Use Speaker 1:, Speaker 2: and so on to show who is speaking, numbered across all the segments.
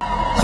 Speaker 1: A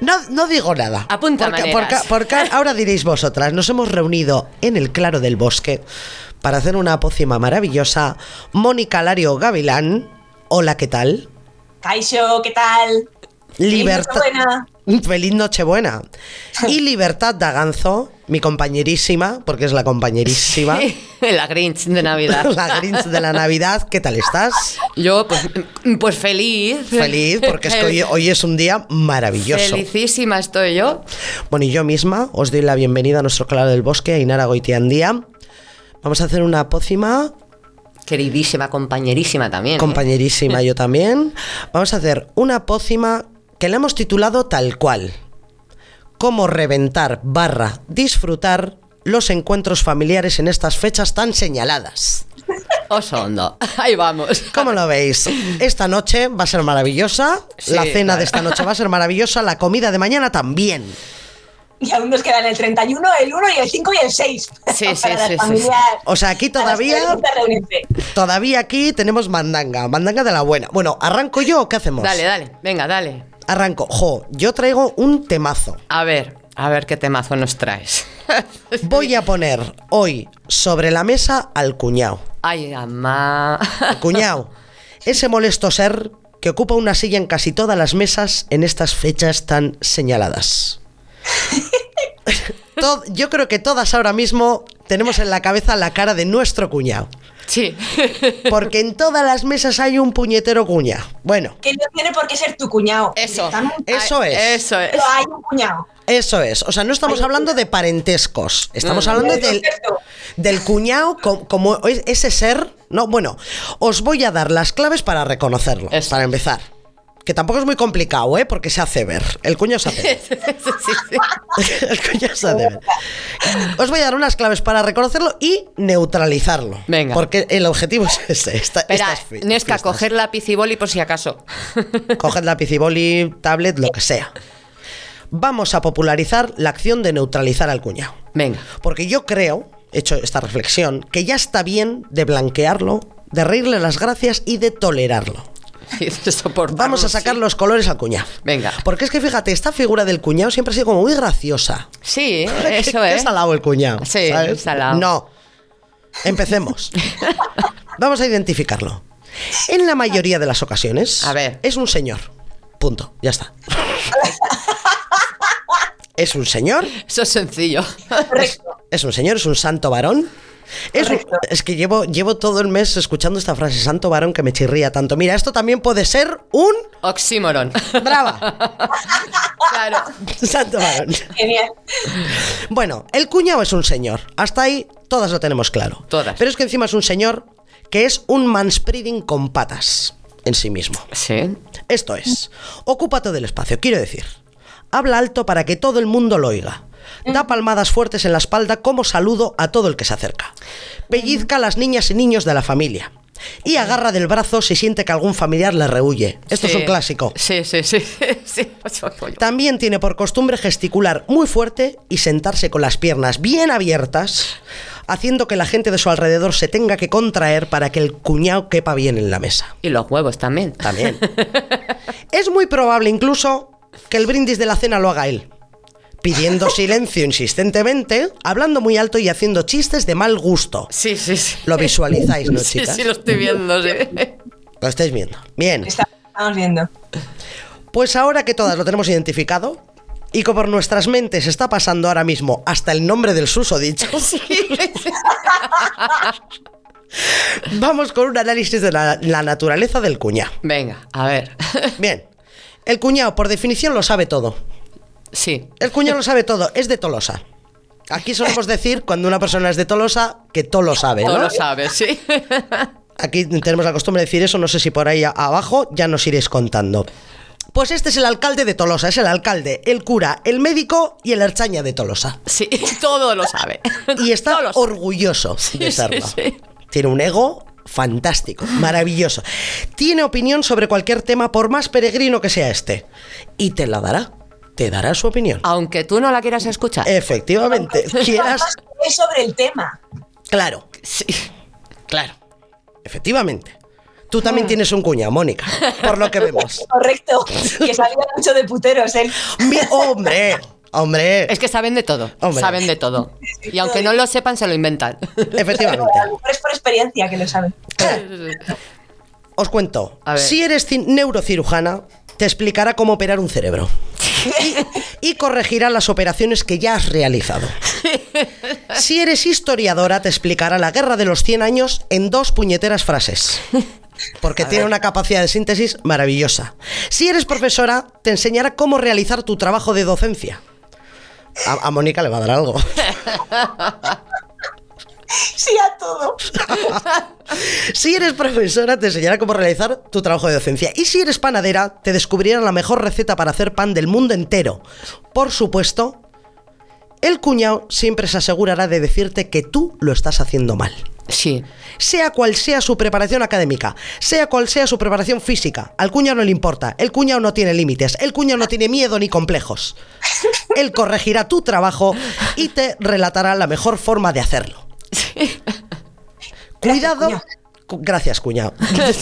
Speaker 2: no, no digo nada.
Speaker 3: Apunta
Speaker 2: Por ca- por
Speaker 3: maneras.
Speaker 2: ca- por ca- ahora diréis vosotras, nos hemos reunido en el claro del bosque para hacer una pócima maravillosa. Mónica Lario Gavilán, hola, ¿qué tal?
Speaker 4: Kaisho, ¿qué tal?
Speaker 2: Libertad.
Speaker 4: Nochebuena.
Speaker 2: Feliz Nochebuena. Y Libertad Daganzo, mi compañerísima, porque es la compañerísima.
Speaker 3: La Grinch de Navidad.
Speaker 2: La Grinch de la Navidad, ¿qué tal estás?
Speaker 3: Yo, pues, pues feliz.
Speaker 2: Feliz, porque es que hoy, hoy es un día maravilloso.
Speaker 3: Felicísima estoy yo.
Speaker 2: Bueno, y yo misma os doy la bienvenida a nuestro Claro del Bosque, a Inara Goitiandía. Vamos a hacer una pócima,
Speaker 3: Queridísima, compañerísima también. ¿eh?
Speaker 2: compañerísima yo también. Vamos a hacer una pócima que la hemos titulado tal cual. Cómo reventar barra disfrutar los encuentros familiares en estas fechas tan señaladas.
Speaker 3: Oso hondo. Ahí vamos.
Speaker 2: ¿Cómo lo veis? Esta noche va a ser maravillosa,
Speaker 3: Sí,
Speaker 2: la cena
Speaker 3: claro.
Speaker 2: de esta noche va a ser maravillosa, la comida de mañana también.
Speaker 4: Y aún nos quedan el 31, el 1 y el 5 y el 6.
Speaker 3: Sí, sí,
Speaker 4: Para
Speaker 3: sí, sí,
Speaker 4: las familias.
Speaker 2: O sea, aquí todavía...
Speaker 4: para las que les gusta reunirse.
Speaker 2: Todavía aquí tenemos mandanga, mandanga de la buena. Bueno, ¿arranco yo o qué hacemos?
Speaker 3: Dale, dale. Venga, dale.
Speaker 2: Arranco. Jo, yo traigo un temazo.
Speaker 3: A ver, a ver qué temazo nos traes.
Speaker 2: Voy a poner hoy sobre la mesa al cuñado.
Speaker 3: Ay, amá.
Speaker 2: Cuñado, ese molesto ser que ocupa una silla en casi todas las mesas en estas fechas tan señaladas. Tod- yo creo que todas ahora mismo tenemos en la cabeza la cara de nuestro cuñado.
Speaker 3: Sí.
Speaker 2: Porque en todas las mesas hay un puñetero cuñado. Bueno,
Speaker 4: Que no tiene por qué ser tu cuñado.
Speaker 3: Eso. Eh,
Speaker 4: directamente.
Speaker 2: Eso
Speaker 3: Ay,
Speaker 2: es.
Speaker 3: Eso es.
Speaker 4: Pero hay un cuñado.
Speaker 2: Eso es, o sea, no estamos hablando de parentescos, estamos
Speaker 3: No, no,
Speaker 2: hablando
Speaker 4: no,
Speaker 2: del,
Speaker 4: perfecto.
Speaker 2: del cuñado como, es- ese ser, ¿no? Bueno, os voy a dar las claves para reconocerlo,
Speaker 3: Eso.
Speaker 2: para empezar. Que tampoco es muy complicado, ¿eh? Porque se hace ver, el cuñado se hace ver.
Speaker 3: Sí, sí.
Speaker 2: el cuñado se hace ver. Os voy a dar unas claves para reconocerlo y neutralizarlo.
Speaker 3: Venga.
Speaker 2: Porque el objetivo es ese. Esta,
Speaker 3: Espera,
Speaker 2: estas fi-
Speaker 3: Nesca,
Speaker 2: fiestas.
Speaker 3: coger lápiz y boli por si acaso.
Speaker 2: Coged lápiz y boli, tablet, lo que sea. Vamos a popularizar la acción de neutralizar al cuñado.
Speaker 3: Venga.
Speaker 2: Porque yo creo, he hecho esta reflexión, que ya está bien de blanquearlo, de reírle las gracias y de tolerarlo.
Speaker 3: Sí, de soportarlo,
Speaker 2: Vamos a
Speaker 3: Ah, sí.
Speaker 2: sacar los colores al cuñado.
Speaker 3: Venga.
Speaker 2: Porque es que fíjate, esta figura del cuñado siempre ha sido como muy graciosa.
Speaker 3: Sí,
Speaker 2: Que-
Speaker 3: eso
Speaker 2: que
Speaker 3: es.
Speaker 2: salado el cuñado.
Speaker 3: Sí,
Speaker 2: ¿sabes?
Speaker 3: salado.
Speaker 2: No. Empecemos. Vamos a identificarlo. En la mayoría de las ocasiones,
Speaker 3: A ver.
Speaker 2: es un señor. Punto. Ya está. es un señor
Speaker 3: Eso es sencillo.
Speaker 4: Correcto.
Speaker 2: es un señor, es un santo varón. Es, un-
Speaker 4: Correcto.
Speaker 2: es que llevo, llevo todo el mes escuchando esta frase, santo varón, que me chirría tanto. Mira, esto también puede ser un
Speaker 3: Oxímoron.
Speaker 2: brava.
Speaker 3: Claro.
Speaker 2: santo varón.
Speaker 4: Genial.
Speaker 2: Bueno, el cuñado es un señor. Hasta ahí todas lo tenemos claro.
Speaker 3: Todas.
Speaker 2: Pero es que encima es un señor que es un manspreading con patas en sí mismo.
Speaker 3: Sí.
Speaker 2: Esto es, ocupa todo el espacio, quiero decir. Habla alto para que todo el mundo lo oiga. Da palmadas fuertes en la espalda como saludo a todo el que se acerca. Pellizca a las niñas y niños de la familia. Y agarra del brazo si siente que algún familiar le rehuye. Esto es
Speaker 3: Sí.
Speaker 2: un clásico.
Speaker 3: Sí, sí, sí. sí. pues
Speaker 2: También tiene por costumbre gesticular muy fuerte y sentarse con las piernas bien abiertas, haciendo que la gente de su alrededor se tenga que contraer para que el cuñado quepa bien en la mesa.
Speaker 3: Y los huevos también.
Speaker 2: También. es muy probable incluso que el brindis de la cena lo haga él, pidiendo silencio insistentemente, hablando muy alto y haciendo chistes de mal gusto.
Speaker 3: Sí, sí, sí.
Speaker 2: Lo visualizáis, ¿no,
Speaker 3: Sí,
Speaker 2: chicas?
Speaker 3: sí, lo estoy viendo, sí.
Speaker 2: Lo estáis viendo. Bien.
Speaker 4: Está- Estamos viendo.
Speaker 2: Pues ahora que todas lo tenemos identificado y que por nuestras mentes está pasando ahora mismo hasta el nombre del susodicho, vamos con un análisis de la, la naturaleza del cuñado.
Speaker 3: Venga, a ver.
Speaker 2: Bien. El cuñado, por definición, lo sabe todo.
Speaker 3: Sí.
Speaker 2: El cuñado lo sabe todo, es de Tolosa. Aquí solemos decir cuando una persona es de Tolosa que todo lo sabe,
Speaker 3: Todo
Speaker 2: ¿no?
Speaker 3: lo sabes, sí.
Speaker 2: Aquí tenemos la costumbre de decir eso, no sé si por ahí a- abajo ya nos iréis contando. Pues este es el alcalde de Tolosa, es el alcalde, el cura, el médico y el archaña de Tolosa.
Speaker 3: Sí, todo lo sabe.
Speaker 2: Y está
Speaker 3: Todo lo sabe.
Speaker 2: orgulloso de
Speaker 3: sí,
Speaker 2: serlo.
Speaker 3: sí.
Speaker 2: Tiene un ego fantástico, maravilloso. Tiene opinión sobre cualquier tema, por más peregrino que sea este. Y te la dará, te dará su opinión.
Speaker 3: Aunque tú no la quieras escuchar.
Speaker 2: Eh. Efectivamente, quieras...
Speaker 4: Es sobre el tema.
Speaker 2: Claro,
Speaker 3: Sí. Claro. Mm.
Speaker 2: efectivamente. Tú también tienes un cuñado, Mónica, por lo que vemos.
Speaker 4: Correcto. Que salía mucho de puteros ¿eh? él.
Speaker 2: Mi- hombre, hombre.
Speaker 3: Es que saben de todo.
Speaker 2: Hombre.
Speaker 3: Saben de todo. Y aunque no lo sepan, se lo inventan.
Speaker 2: Efectivamente.
Speaker 4: A lo mejor es por experiencia que lo saben.
Speaker 2: Os cuento.
Speaker 3: A ver.
Speaker 2: Si eres cin- neurocirujana, te explicará cómo operar un cerebro. Y, y corregirá las operaciones que ya has realizado. Si eres historiadora, te explicará la guerra de los 100 años en dos puñeteras frases. Porque tiene una capacidad de síntesis maravillosa. Si eres profesora, te enseñará cómo realizar tu trabajo de docencia. A, a Mónica le va a dar algo.
Speaker 4: Sí, a todo.
Speaker 2: Si eres profesora, te enseñará cómo realizar tu trabajo de docencia. Y si eres panadera, te descubrirá la mejor receta para hacer pan del mundo entero. Por supuesto, el cuñado siempre se asegurará de decirte que tú lo estás haciendo mal.
Speaker 3: Sí.
Speaker 2: Sea cual sea su preparación académica, sea cual sea su preparación física, al cuñado no le importa, el cuñado no tiene límites, el cuñado no tiene miedo ni complejos. Él corregirá tu trabajo y te relatará la mejor forma de hacerlo. Cuidado.
Speaker 4: cuñao.
Speaker 2: Cu- Gracias, cuñado.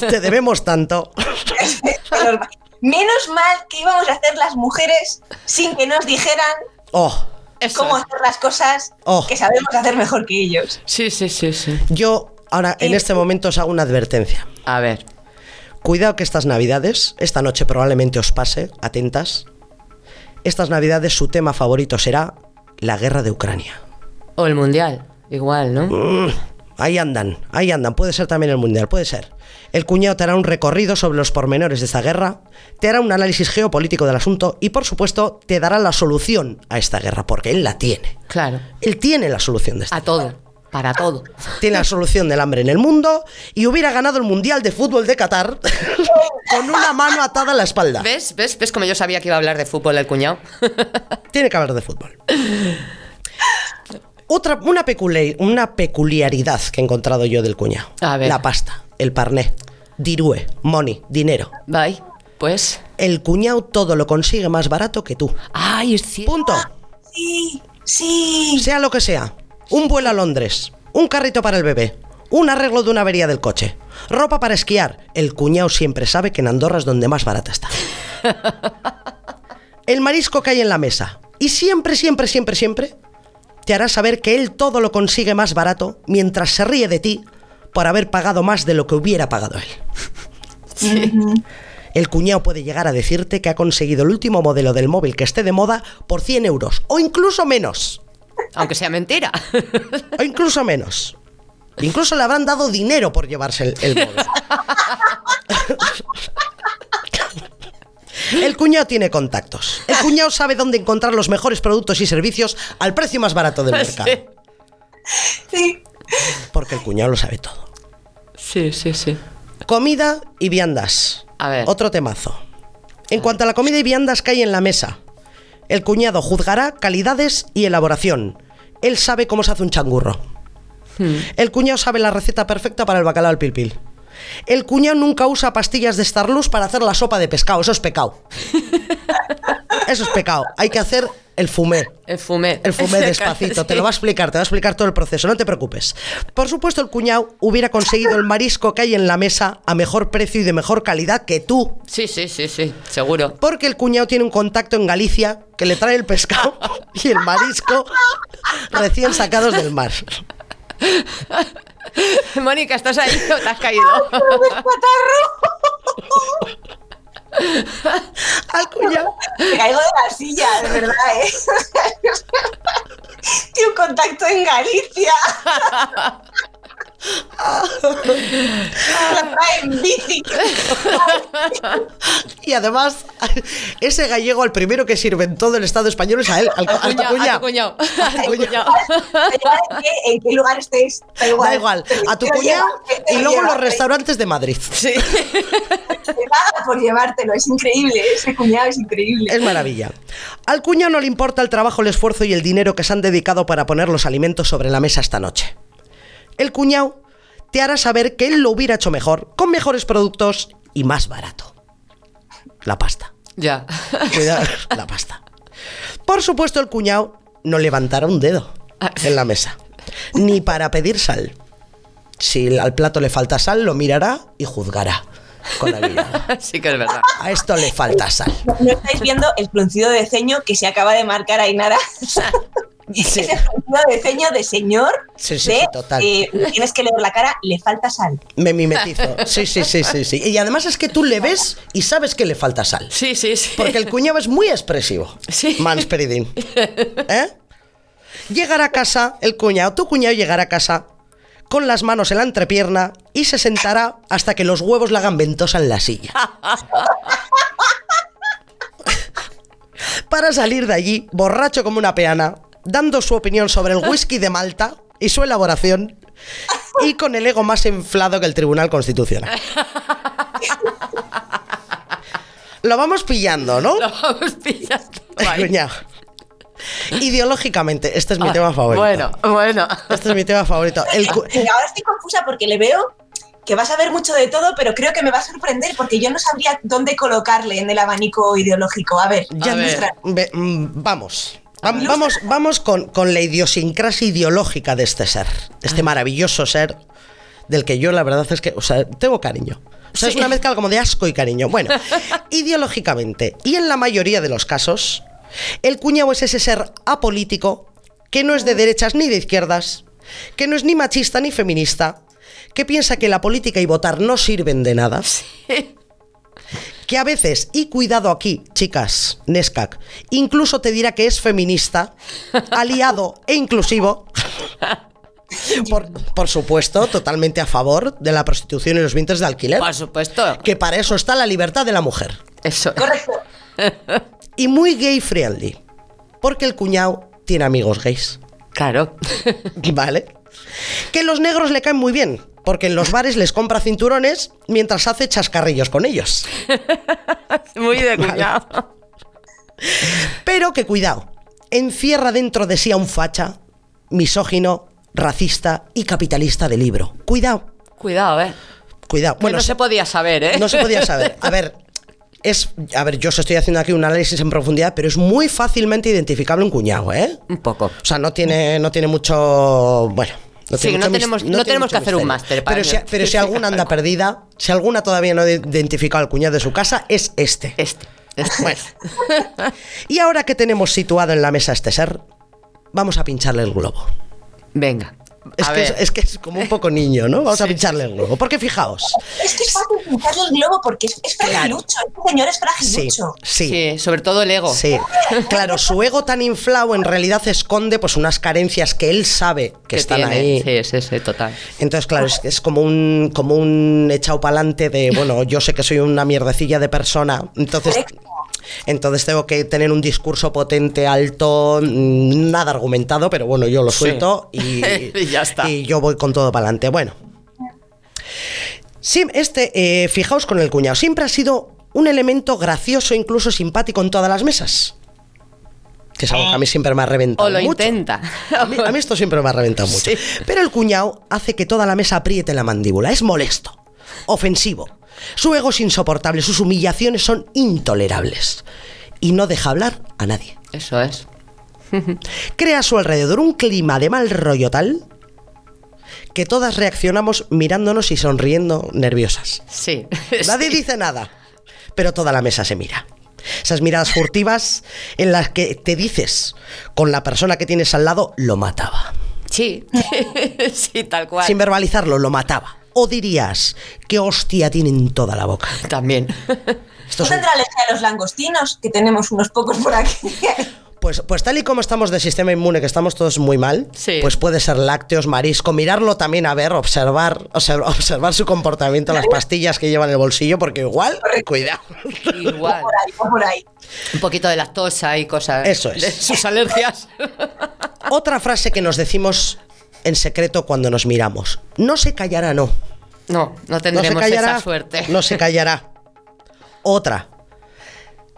Speaker 2: Te debemos tanto.
Speaker 4: Menos mal- Menos mal que íbamos a hacer las mujeres sin que nos dijeran
Speaker 2: Oh,
Speaker 3: Eso
Speaker 4: cómo
Speaker 3: es.
Speaker 4: hacer las cosas
Speaker 2: Oh.
Speaker 4: que sabemos hacer mejor que ellos.
Speaker 3: Sí, sí, sí, sí.
Speaker 2: yo ahora en este momento os hago una advertencia.
Speaker 3: A ver.
Speaker 2: Cuidado que estas navidades, esta noche probablemente os pase, atentas. Estas navidades su tema favorito será la guerra de Ucrania.
Speaker 3: O el mundial. Igual,
Speaker 2: Oh.
Speaker 3: ¿no?
Speaker 2: Ahí andan, ahí andan. Puede ser también el mundial, puede ser. El cuñado te hará un recorrido sobre los pormenores de esta guerra, te hará un análisis geopolítico del asunto y, por supuesto, te dará la solución a esta guerra, porque él la tiene.
Speaker 3: Claro.
Speaker 2: Él tiene la solución de esta.
Speaker 3: A todo. Para todo.
Speaker 2: Tiene la solución del hambre en el mundo y hubiera ganado el mundial de fútbol de Qatar con una mano atada a la espalda.
Speaker 3: ¿Ves? ¿Ves? ¿Ves como yo sabía que iba a hablar de fútbol el cuñado?
Speaker 2: Tiene que hablar de fútbol. Otra, una, peculi- una peculiaridad que he encontrado yo del cuñado.
Speaker 3: A ver.
Speaker 2: La pasta, el parné, dirue, money, dinero.
Speaker 3: Bye. Pues.
Speaker 2: El cuñado todo lo consigue más barato que tú.
Speaker 3: ¡Ay, es cierto!
Speaker 2: Punto.
Speaker 4: Sí, sí.
Speaker 2: Sea lo que sea. Un vuelo a Londres. Un carrito para el bebé. Un arreglo de una avería del coche. Ropa para esquiar. El cuñado siempre sabe que en Andorra es donde más barata está. El marisco que hay en la mesa. Y siempre, siempre, siempre, siempre te hará saber que él todo lo consigue más barato mientras se ríe de ti por haber pagado más de lo que hubiera pagado él. El cuñado puede llegar a decirte que ha conseguido el último modelo del móvil que esté de moda por 100 euros o incluso menos.
Speaker 3: Aunque sea mentira.
Speaker 2: O incluso menos. Incluso le habrán dado dinero por llevarse el, el móvil. El cuñado tiene contactos. El cuñado sabe dónde encontrar los mejores productos y servicios al precio más barato del mercado.
Speaker 4: sí.
Speaker 2: Porque el cuñado lo sabe todo.
Speaker 3: Sí, sí, sí.
Speaker 2: Comida y viandas.
Speaker 3: A ver.
Speaker 2: Otro temazo. En cuanto a la comida y viandas que hay en la mesa, el cuñado juzgará calidades y elaboración. Él sabe cómo se hace un changurro.
Speaker 3: Hmm.
Speaker 2: El cuñado sabe la receta perfecta para el bacalao al pilpil. El cuñado nunca usa pastillas de Starlux para hacer la sopa de pescado. Eso es pecado. Eso es pecado. Hay que hacer el fumé.
Speaker 3: El fumé.
Speaker 2: El fumé despacito, te lo va a explicar, te va a explicar todo el proceso, no te preocupes. Por supuesto, el cuñado hubiera conseguido el marisco que hay en la mesa a mejor precio y de mejor calidad que tú.
Speaker 3: Sí, sí, sí, sí. Seguro.
Speaker 2: Porque el cuñado tiene un contacto en Galicia que le trae el pescado y el marisco recién sacados del mar.
Speaker 3: Mónica, ¿estás ahí o te has caído?
Speaker 2: Al cuñado.
Speaker 4: Me caigo de la silla, de verdad, ¿eh? Tío, contacto en Galicia. Va en bici.
Speaker 2: Y además, ese gallego al primero que sirve en todo el Estado español es a él, al, al
Speaker 3: cuñao, a
Speaker 2: tacuñao.
Speaker 3: tu cuñado. A tu
Speaker 2: Oye.
Speaker 3: cuñado.
Speaker 4: Da igual en qué- en qué lugar estés. Da igual.
Speaker 2: Da igual, a tu
Speaker 4: Pero
Speaker 2: cuñado
Speaker 4: lleva-
Speaker 2: y luego
Speaker 4: lleva-
Speaker 2: los restaurantes de Madrid.
Speaker 3: Sí.
Speaker 4: Te paga por llevártelo, es increíble, ese cuñado es increíble.
Speaker 2: Es maravilla. Al cuñado no le importa el trabajo, el esfuerzo y el dinero que se han dedicado para poner los alimentos sobre la mesa esta noche. El cuñado te hará saber que él lo hubiera hecho mejor, con mejores productos y más barato. La pasta.
Speaker 3: Ya.
Speaker 2: Cuidado, la pasta. Por supuesto, el cuñado no levantará un dedo en la mesa, ni para pedir sal. Si al plato le falta sal, lo mirará y juzgará con la mirada.
Speaker 3: Sí que es verdad.
Speaker 2: A esto le falta sal.
Speaker 4: No, estáis viendo el fruncido de ceño que se acaba de marcar Ainara. Ese fruncido de ceño de señor.
Speaker 2: Sí, sí,
Speaker 4: de,
Speaker 2: sí, total.
Speaker 4: eh, tienes que leer la cara, le falta sal.
Speaker 2: Me mimetizo. Sí, sí, sí, sí, sí. Y además es que tú le ves y sabes que le falta sal.
Speaker 3: Sí, sí, sí.
Speaker 2: Porque el cuñado es muy expresivo.
Speaker 3: Sí.
Speaker 2: Mansperidín. ¿Eh? Llegar a casa, el cuñado, tu cuñado llegará a casa con las manos en la entrepierna y se sentará hasta que los huevos le hagan ventosa en la silla.
Speaker 3: Ah.
Speaker 2: Para salir de allí, borracho como una peana, dando su opinión sobre el whisky de Malta y su elaboración, y con el ego más inflado que el Tribunal Constitucional. Lo vamos pillando, ¿no?
Speaker 3: Lo vamos pillando.
Speaker 2: El
Speaker 3: Vale.
Speaker 2: cuñado. Ideológicamente, este es mi
Speaker 3: Ah,
Speaker 2: tema favorito.
Speaker 3: Bueno, bueno.
Speaker 2: Este es mi tema favorito. El cu-
Speaker 4: Y ahora estoy confusa porque le veo que vas a ver mucho de todo, pero creo que me va a sorprender porque yo no sabría dónde colocarle en el abanico ideológico. A ver,
Speaker 2: ya
Speaker 3: A ver.
Speaker 4: ilustra.
Speaker 2: Ve- mm, vamos. Va- Vamos, vamos con, con la idiosincrasia ideológica de este ser, de
Speaker 3: Ah.
Speaker 2: este maravilloso ser, del que yo la verdad es que, o sea, tengo cariño. O sea, es una mezcla como de asco y cariño. Bueno, ideológicamente, y en la mayoría de los casos, el cuñado es ese ser apolítico, que no es de derechas ni de izquierdas, que no es ni machista ni feminista, que piensa que la política y votar no sirven de nada que a veces, y cuidado aquí, chicas, Nescac, incluso te dirá que es feminista, aliado e inclusivo. Por, por supuesto, totalmente a favor de la prostitución y los vientres de alquiler,
Speaker 3: Por supuesto.
Speaker 2: que para eso está la libertad de la mujer.
Speaker 3: Eso.
Speaker 4: Correcto.
Speaker 2: Y muy gay friendly, porque el cuñado tiene amigos gays,
Speaker 3: Claro.
Speaker 2: ¿vale? Que los negros le caen muy bien, porque en los bares les compra cinturones mientras hace chascarrillos con ellos.
Speaker 3: Muy de cuñado.
Speaker 2: Pero que cuidado, encierra dentro de sí a un facha, misógino, racista y capitalista de libro. Cuidado,
Speaker 3: Cuidado, eh.
Speaker 2: cuidado.
Speaker 3: Bueno, no se podía saber, ¿eh?
Speaker 2: no se podía saber. A ver, es, a ver, yo os estoy haciendo aquí un análisis en profundidad, pero es muy fácilmente identificable un cuñado, ¿eh?
Speaker 3: Un poco.
Speaker 2: O sea, no tiene, no tiene mucho. Bueno. No
Speaker 3: Sí,
Speaker 2: tiene
Speaker 3: no
Speaker 2: mucho mis-
Speaker 3: tenemos- no tenemos
Speaker 2: mucho
Speaker 3: que hacer un
Speaker 2: misterio.
Speaker 3: máster para
Speaker 2: Pero, si,
Speaker 3: ello.
Speaker 2: pero si alguna anda perdida, si alguna todavía no ha identificado al cuñado de su casa, es este.
Speaker 3: Este. este.
Speaker 2: Bueno. Y ahora que tenemos situado en la mesa este ser, vamos a pincharle el globo.
Speaker 3: Venga.
Speaker 2: Es
Speaker 3: a
Speaker 2: que es,
Speaker 3: ver.
Speaker 2: es que es como un poco niño, ¿no? Vamos a pincharle el globo. Porque fijaos.
Speaker 4: Es que es fácil pintarle el globo porque es, es fragilucho. Este señor es
Speaker 2: Sí,
Speaker 4: fragilucho.
Speaker 2: sí.
Speaker 3: Sí, sobre todo el ego.
Speaker 2: Sí. Claro, su ego tan inflado en realidad esconde pues unas carencias que él sabe que,
Speaker 3: Que
Speaker 2: están
Speaker 3: tiene.
Speaker 2: ahí.
Speaker 3: Sí, sí, sí, total.
Speaker 2: Entonces, claro, es, es como un como un echado pa'lante de, bueno, yo sé que soy una mierdecilla de persona, entonces entonces tengo que tener un discurso potente, alto, mm, nada argumentado, pero bueno, yo lo
Speaker 3: Sí.
Speaker 2: suelto y,
Speaker 3: Y ya está.
Speaker 2: y yo voy con todo pa'lante. Bueno. Sí, este, eh, fijaos con el cuñado, siempre ha sido un elemento gracioso, incluso simpático en todas las mesas. Que es algo que a mí siempre me ha reventado
Speaker 3: O lo
Speaker 2: mucho.
Speaker 3: intenta.
Speaker 2: A mí, a mí esto siempre me ha reventado mucho.
Speaker 3: Sí.
Speaker 2: Pero el cuñado hace que toda la mesa apriete la mandíbula. Es molesto, ofensivo. Su ego es insoportable, sus humillaciones son intolerables. Y no deja hablar a nadie.
Speaker 3: Eso es.
Speaker 2: Crea a su alrededor un clima de mal rollo tal que todas reaccionamos mirándonos y sonriendo nerviosas.
Speaker 3: Sí.
Speaker 2: Nadie
Speaker 3: Sí.
Speaker 2: dice nada, pero toda la mesa se mira. Esas miradas furtivas en las que te dices con la persona que tienes al lado, lo mataba.
Speaker 3: Sí. sí, tal cual.
Speaker 2: Sin verbalizarlo, lo mataba. O dirías, qué hostia tienen toda la boca.
Speaker 3: También.
Speaker 2: Esto
Speaker 4: ¿Tú
Speaker 2: es un-
Speaker 4: tendrás alergia a los langostinos? Que tenemos unos pocos por aquí.
Speaker 2: Pues, pues tal y como estamos de sistema inmune, que estamos todos muy mal,
Speaker 3: Sí.
Speaker 2: pues puede ser lácteos, marisco, mirarlo también a ver, observar, observ- observar su comportamiento, las pastillas que lleva en el bolsillo, porque igual, cuidado.
Speaker 3: Igual.
Speaker 4: Por ahí, por ahí.
Speaker 3: Un poquito de lactosa y cosas.
Speaker 2: Eso es.
Speaker 3: de Sus alergias.
Speaker 2: Otra frase que nos decimos en secreto cuando nos miramos. No se callará, no.
Speaker 3: No, no
Speaker 2: no
Speaker 3: tendremos
Speaker 2: se callará,
Speaker 3: esa suerte.
Speaker 2: No se callará. Otra.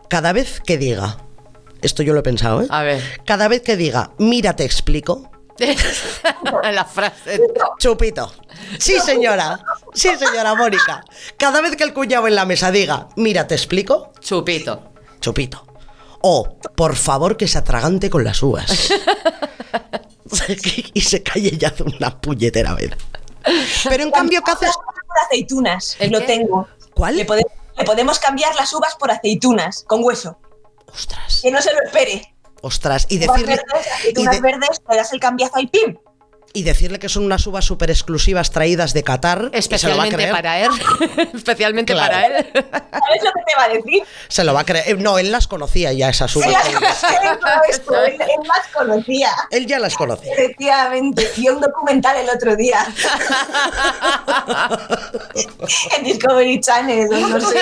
Speaker 2: Cada vez que diga, esto yo lo he pensado, ¿eh?
Speaker 3: A ver.
Speaker 2: Cada vez que diga, mira, te explico,
Speaker 3: La frase.
Speaker 2: Chupito. Sí, señora. Sí, señora Mónica. Cada vez que el cuñado en la mesa diga, mira, te explico,
Speaker 3: Chupito.
Speaker 2: chupito. O, por favor, que se atragante con las uvas. y se calle ya de una puñetera vez. Pero en cambio, ¿qué haces?
Speaker 4: Por aceitunas,
Speaker 3: ¿El
Speaker 4: lo
Speaker 3: qué?
Speaker 4: tengo.
Speaker 2: ¿Cuál?
Speaker 4: Le pode- le podemos, cambiar las uvas por aceitunas, con hueso.
Speaker 2: Ostras,
Speaker 4: Que no se lo espere.
Speaker 2: ostras. Y
Speaker 4: Uvas
Speaker 2: decirle,
Speaker 4: verdes,
Speaker 2: y,
Speaker 4: aceitunas
Speaker 2: de-
Speaker 4: verdes, le das el cambiazo y ¡pim!
Speaker 2: y decirle que son unas uvas súper exclusivas traídas de Qatar. y se lo va a
Speaker 3: Especialmente
Speaker 2: creer.
Speaker 3: para él. Especialmente
Speaker 2: Claro.
Speaker 3: para él.
Speaker 4: ¿Sabes lo que te va a decir?
Speaker 2: Se lo va a creer. Eh, No, él las conocía ya esas uvas.
Speaker 4: Él las conocía, todo esto, él- él las conocía.
Speaker 2: Él ya las conocía.
Speaker 4: Efectivamente, vi un documental el otro día. en Discovery Channel, o no sé.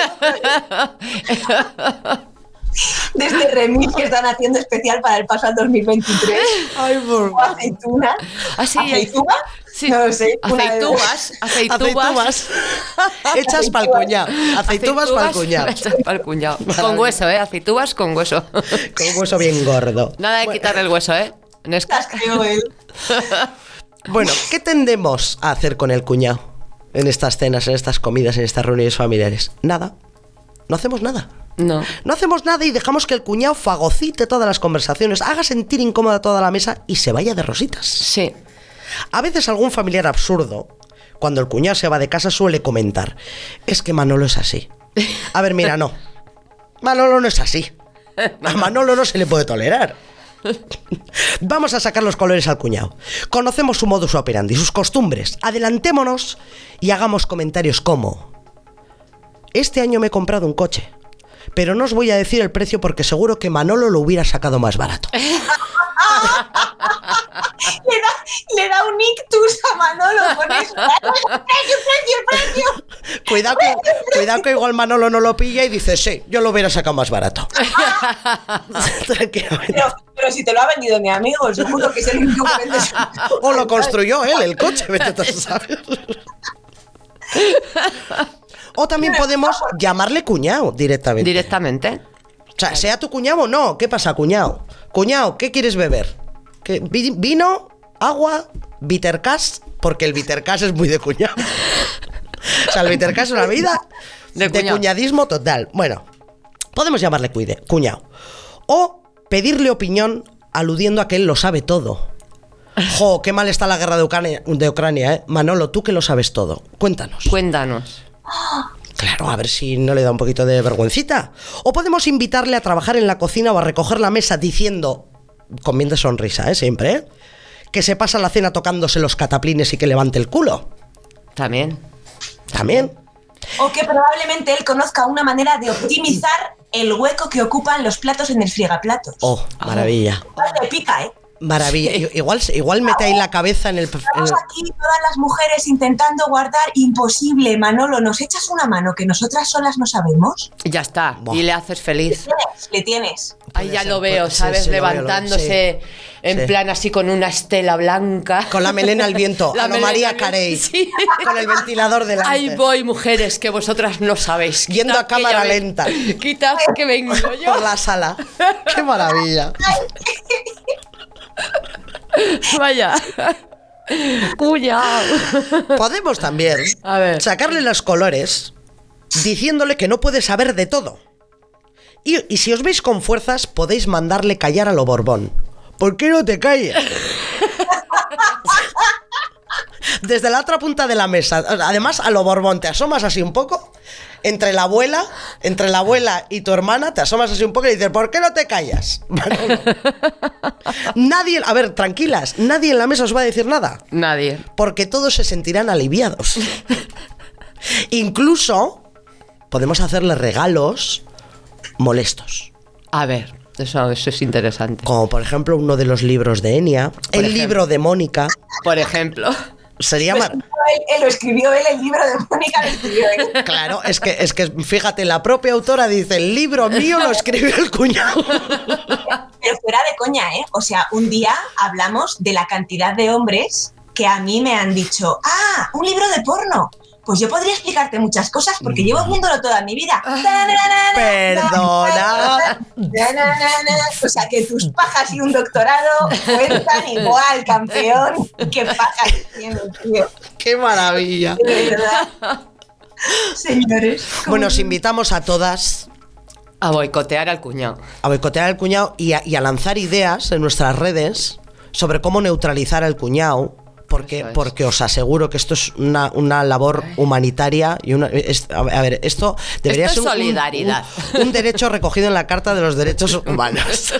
Speaker 4: De este remix que están haciendo especial para el paso al 2023.
Speaker 2: Ay, por
Speaker 4: O aceituna.
Speaker 3: Ah, sí,
Speaker 4: ¿Aceituna?
Speaker 3: sí.
Speaker 4: No lo sé. una de dos.
Speaker 3: Aceitubas. Aceitubas.
Speaker 2: Aceitubas. Hechas pa'l cuñado. Aceitubas pa'l cuñado.
Speaker 3: Aceitubas pa'l cuñado. Con hueso, ¿eh? Aceitubas con hueso.
Speaker 2: Con hueso bien gordo.
Speaker 3: Nada de quitarle el hueso, ¿eh? Nesca.
Speaker 4: Las creo él.
Speaker 2: Bueno, ¿qué tendemos a hacer con el cuñado en estas cenas, en estas comidas, en estas reuniones familiares? Nada. No hacemos nada.
Speaker 3: No.
Speaker 2: No hacemos nada y dejamos que el cuñado fagocite todas las conversaciones, haga sentir incómoda toda la mesa y se vaya de rositas.
Speaker 3: Sí.
Speaker 2: A veces algún familiar absurdo, cuando el cuñado se va de casa, suele comentar, es que Manolo es así. A ver, mira, no. Manolo no es así. A Manolo no se le puede tolerar. Vamos a sacar los colores al cuñado. Conocemos su modus operandi, sus costumbres. Adelantémonos y hagamos comentarios como: Este año me he comprado un coche, pero no os voy a decir el precio porque seguro que Manolo lo hubiera sacado más barato.
Speaker 4: Le da, le da un ictus a Manolo con eso. ¡Precio, precio, precio!
Speaker 2: Cuidado que, cuidado que igual Manolo no lo pilla y dice: Sí, yo lo hubiera sacado más barato. Tranquilamente.
Speaker 4: Pero, pero si te lo ha vendido mi amigo, seguro que es el único que vende su-
Speaker 2: O lo construyó él, el coche, vete tú a saber. O también podemos llamarle cuñado directamente.
Speaker 3: Directamente.
Speaker 2: o sea, sea tu cuñado o no, ¿qué pasa, cuñado? Cuñado, ¿qué quieres beber? ¿Qué- vi- ¿Vino? ¿Agua? ¿Bittercast? Porque el bittercast es muy de cuñado. o sea, el bittercast es una vida de,
Speaker 3: De cuñao.
Speaker 2: cuñadismo total. Bueno, podemos llamarle cuide, cuñado. O pedirle opinión aludiendo a que él lo sabe todo. Jo, qué mal está la guerra de Ucrania, de Ucrania, ¿eh? Manolo, tú que lo sabes todo. Cuéntanos.
Speaker 3: Cuéntanos.
Speaker 2: Claro, a ver si no le da un poquito de vergüencita. O podemos invitarle a trabajar en la cocina o a recoger la mesa diciendo, con bien de sonrisa, ¿eh? Siempre, ¿eh? Que se pasa la cena tocándose los cataplines y que levante el culo.
Speaker 3: También.
Speaker 2: También.
Speaker 4: O que probablemente él conozca una manera de optimizar el hueco que ocupan los platos en el friegaplatos.
Speaker 2: Oh,
Speaker 3: Ah.
Speaker 2: maravilla.
Speaker 4: Igual te pica, ¿eh?
Speaker 2: Maravilla. I- Igual, igual mete ahí la cabeza en el... en
Speaker 4: Estamos
Speaker 2: el-
Speaker 4: aquí todas las mujeres intentando guardar imposible. Manolo, ¿nos echas una mano que nosotras solas no sabemos?
Speaker 3: Ya está.
Speaker 2: Buah.
Speaker 3: Y le haces feliz.
Speaker 4: Tienes, Le tienes.
Speaker 3: Ahí ya
Speaker 2: ser,
Speaker 3: lo
Speaker 2: puede-
Speaker 3: veo,
Speaker 2: sí,
Speaker 3: ¿sabes?
Speaker 2: sí, lo veo, lo veo,
Speaker 3: Levantándose en
Speaker 2: sí.
Speaker 3: plan así con una estela blanca.
Speaker 2: Con la melena al viento.
Speaker 3: La
Speaker 2: a lo María
Speaker 3: melena al
Speaker 2: Carey.
Speaker 3: viento, sí.
Speaker 2: Con el ventilador delante.
Speaker 3: Ahí voy, mujeres, que vosotras no sabéis.
Speaker 2: Yendo
Speaker 3: Quitad
Speaker 2: a cámara
Speaker 3: que ya ve-
Speaker 2: lenta.
Speaker 3: Quitad que vengo yo.
Speaker 2: Por la sala. Qué maravilla.
Speaker 3: Vaya. Cuñao.
Speaker 2: Podemos también
Speaker 3: A ver.
Speaker 2: sacarle los colores diciéndole que no puede saber de todo. Y, y si os veis con fuerzas, podéis mandarle callar a lo Borbón. ¿Por qué no te calles? Desde la otra punta de la mesa. Además, a lo Borbón te asomas así un poco. Entre la abuela, entre la abuela y tu hermana, te asomas así un poco y dices, ¿por qué no te callas? Manolo?". nadie, a ver, tranquilas, nadie en la mesa os va a decir nada
Speaker 3: Nadie.
Speaker 2: porque todos se sentirán aliviados. Incluso podemos hacerle regalos molestos.
Speaker 3: A ver. Eso, eso es interesante.
Speaker 2: Como por ejemplo uno de los libros de Enya, el
Speaker 3: ejemplo.
Speaker 2: libro de Mónica.
Speaker 3: Por ejemplo.
Speaker 2: Sería
Speaker 4: Lo
Speaker 2: más.
Speaker 4: escribió él, él, lo escribió él, el libro de Mónica lo escribió ¿eh? él.
Speaker 2: Claro, es que, es que fíjate, la propia autora dice: el libro mío lo escribió el cuñado.
Speaker 4: Pero fuera de coña, ¿eh? O sea, un día hablamos de la cantidad de hombres que a mí me han dicho, ah, un libro de porno. Pues yo podría explicarte muchas cosas porque llevo viéndolo toda mi vida.
Speaker 2: Perdona.
Speaker 4: O sea, que tus pajas y un doctorado cuentan igual, campeón. Qué pajas tienes, tío.
Speaker 2: ¡Qué maravilla!
Speaker 4: De verdad. Señores. ¿cómo
Speaker 2: Bueno, os invitamos a todas
Speaker 3: A boicotear al cuñado.
Speaker 2: a boicotear al cuñado y a, y a lanzar ideas en nuestras redes sobre cómo neutralizar al cuñado. Porque,
Speaker 3: Eso es.
Speaker 2: porque os aseguro que esto es una, una labor humanitaria y una es- a ver, a ver, esto debería
Speaker 3: Esto
Speaker 2: ser
Speaker 3: es
Speaker 2: un- un-
Speaker 3: solidaridad.
Speaker 2: Un, un derecho recogido en la Carta de los Derechos Humanos.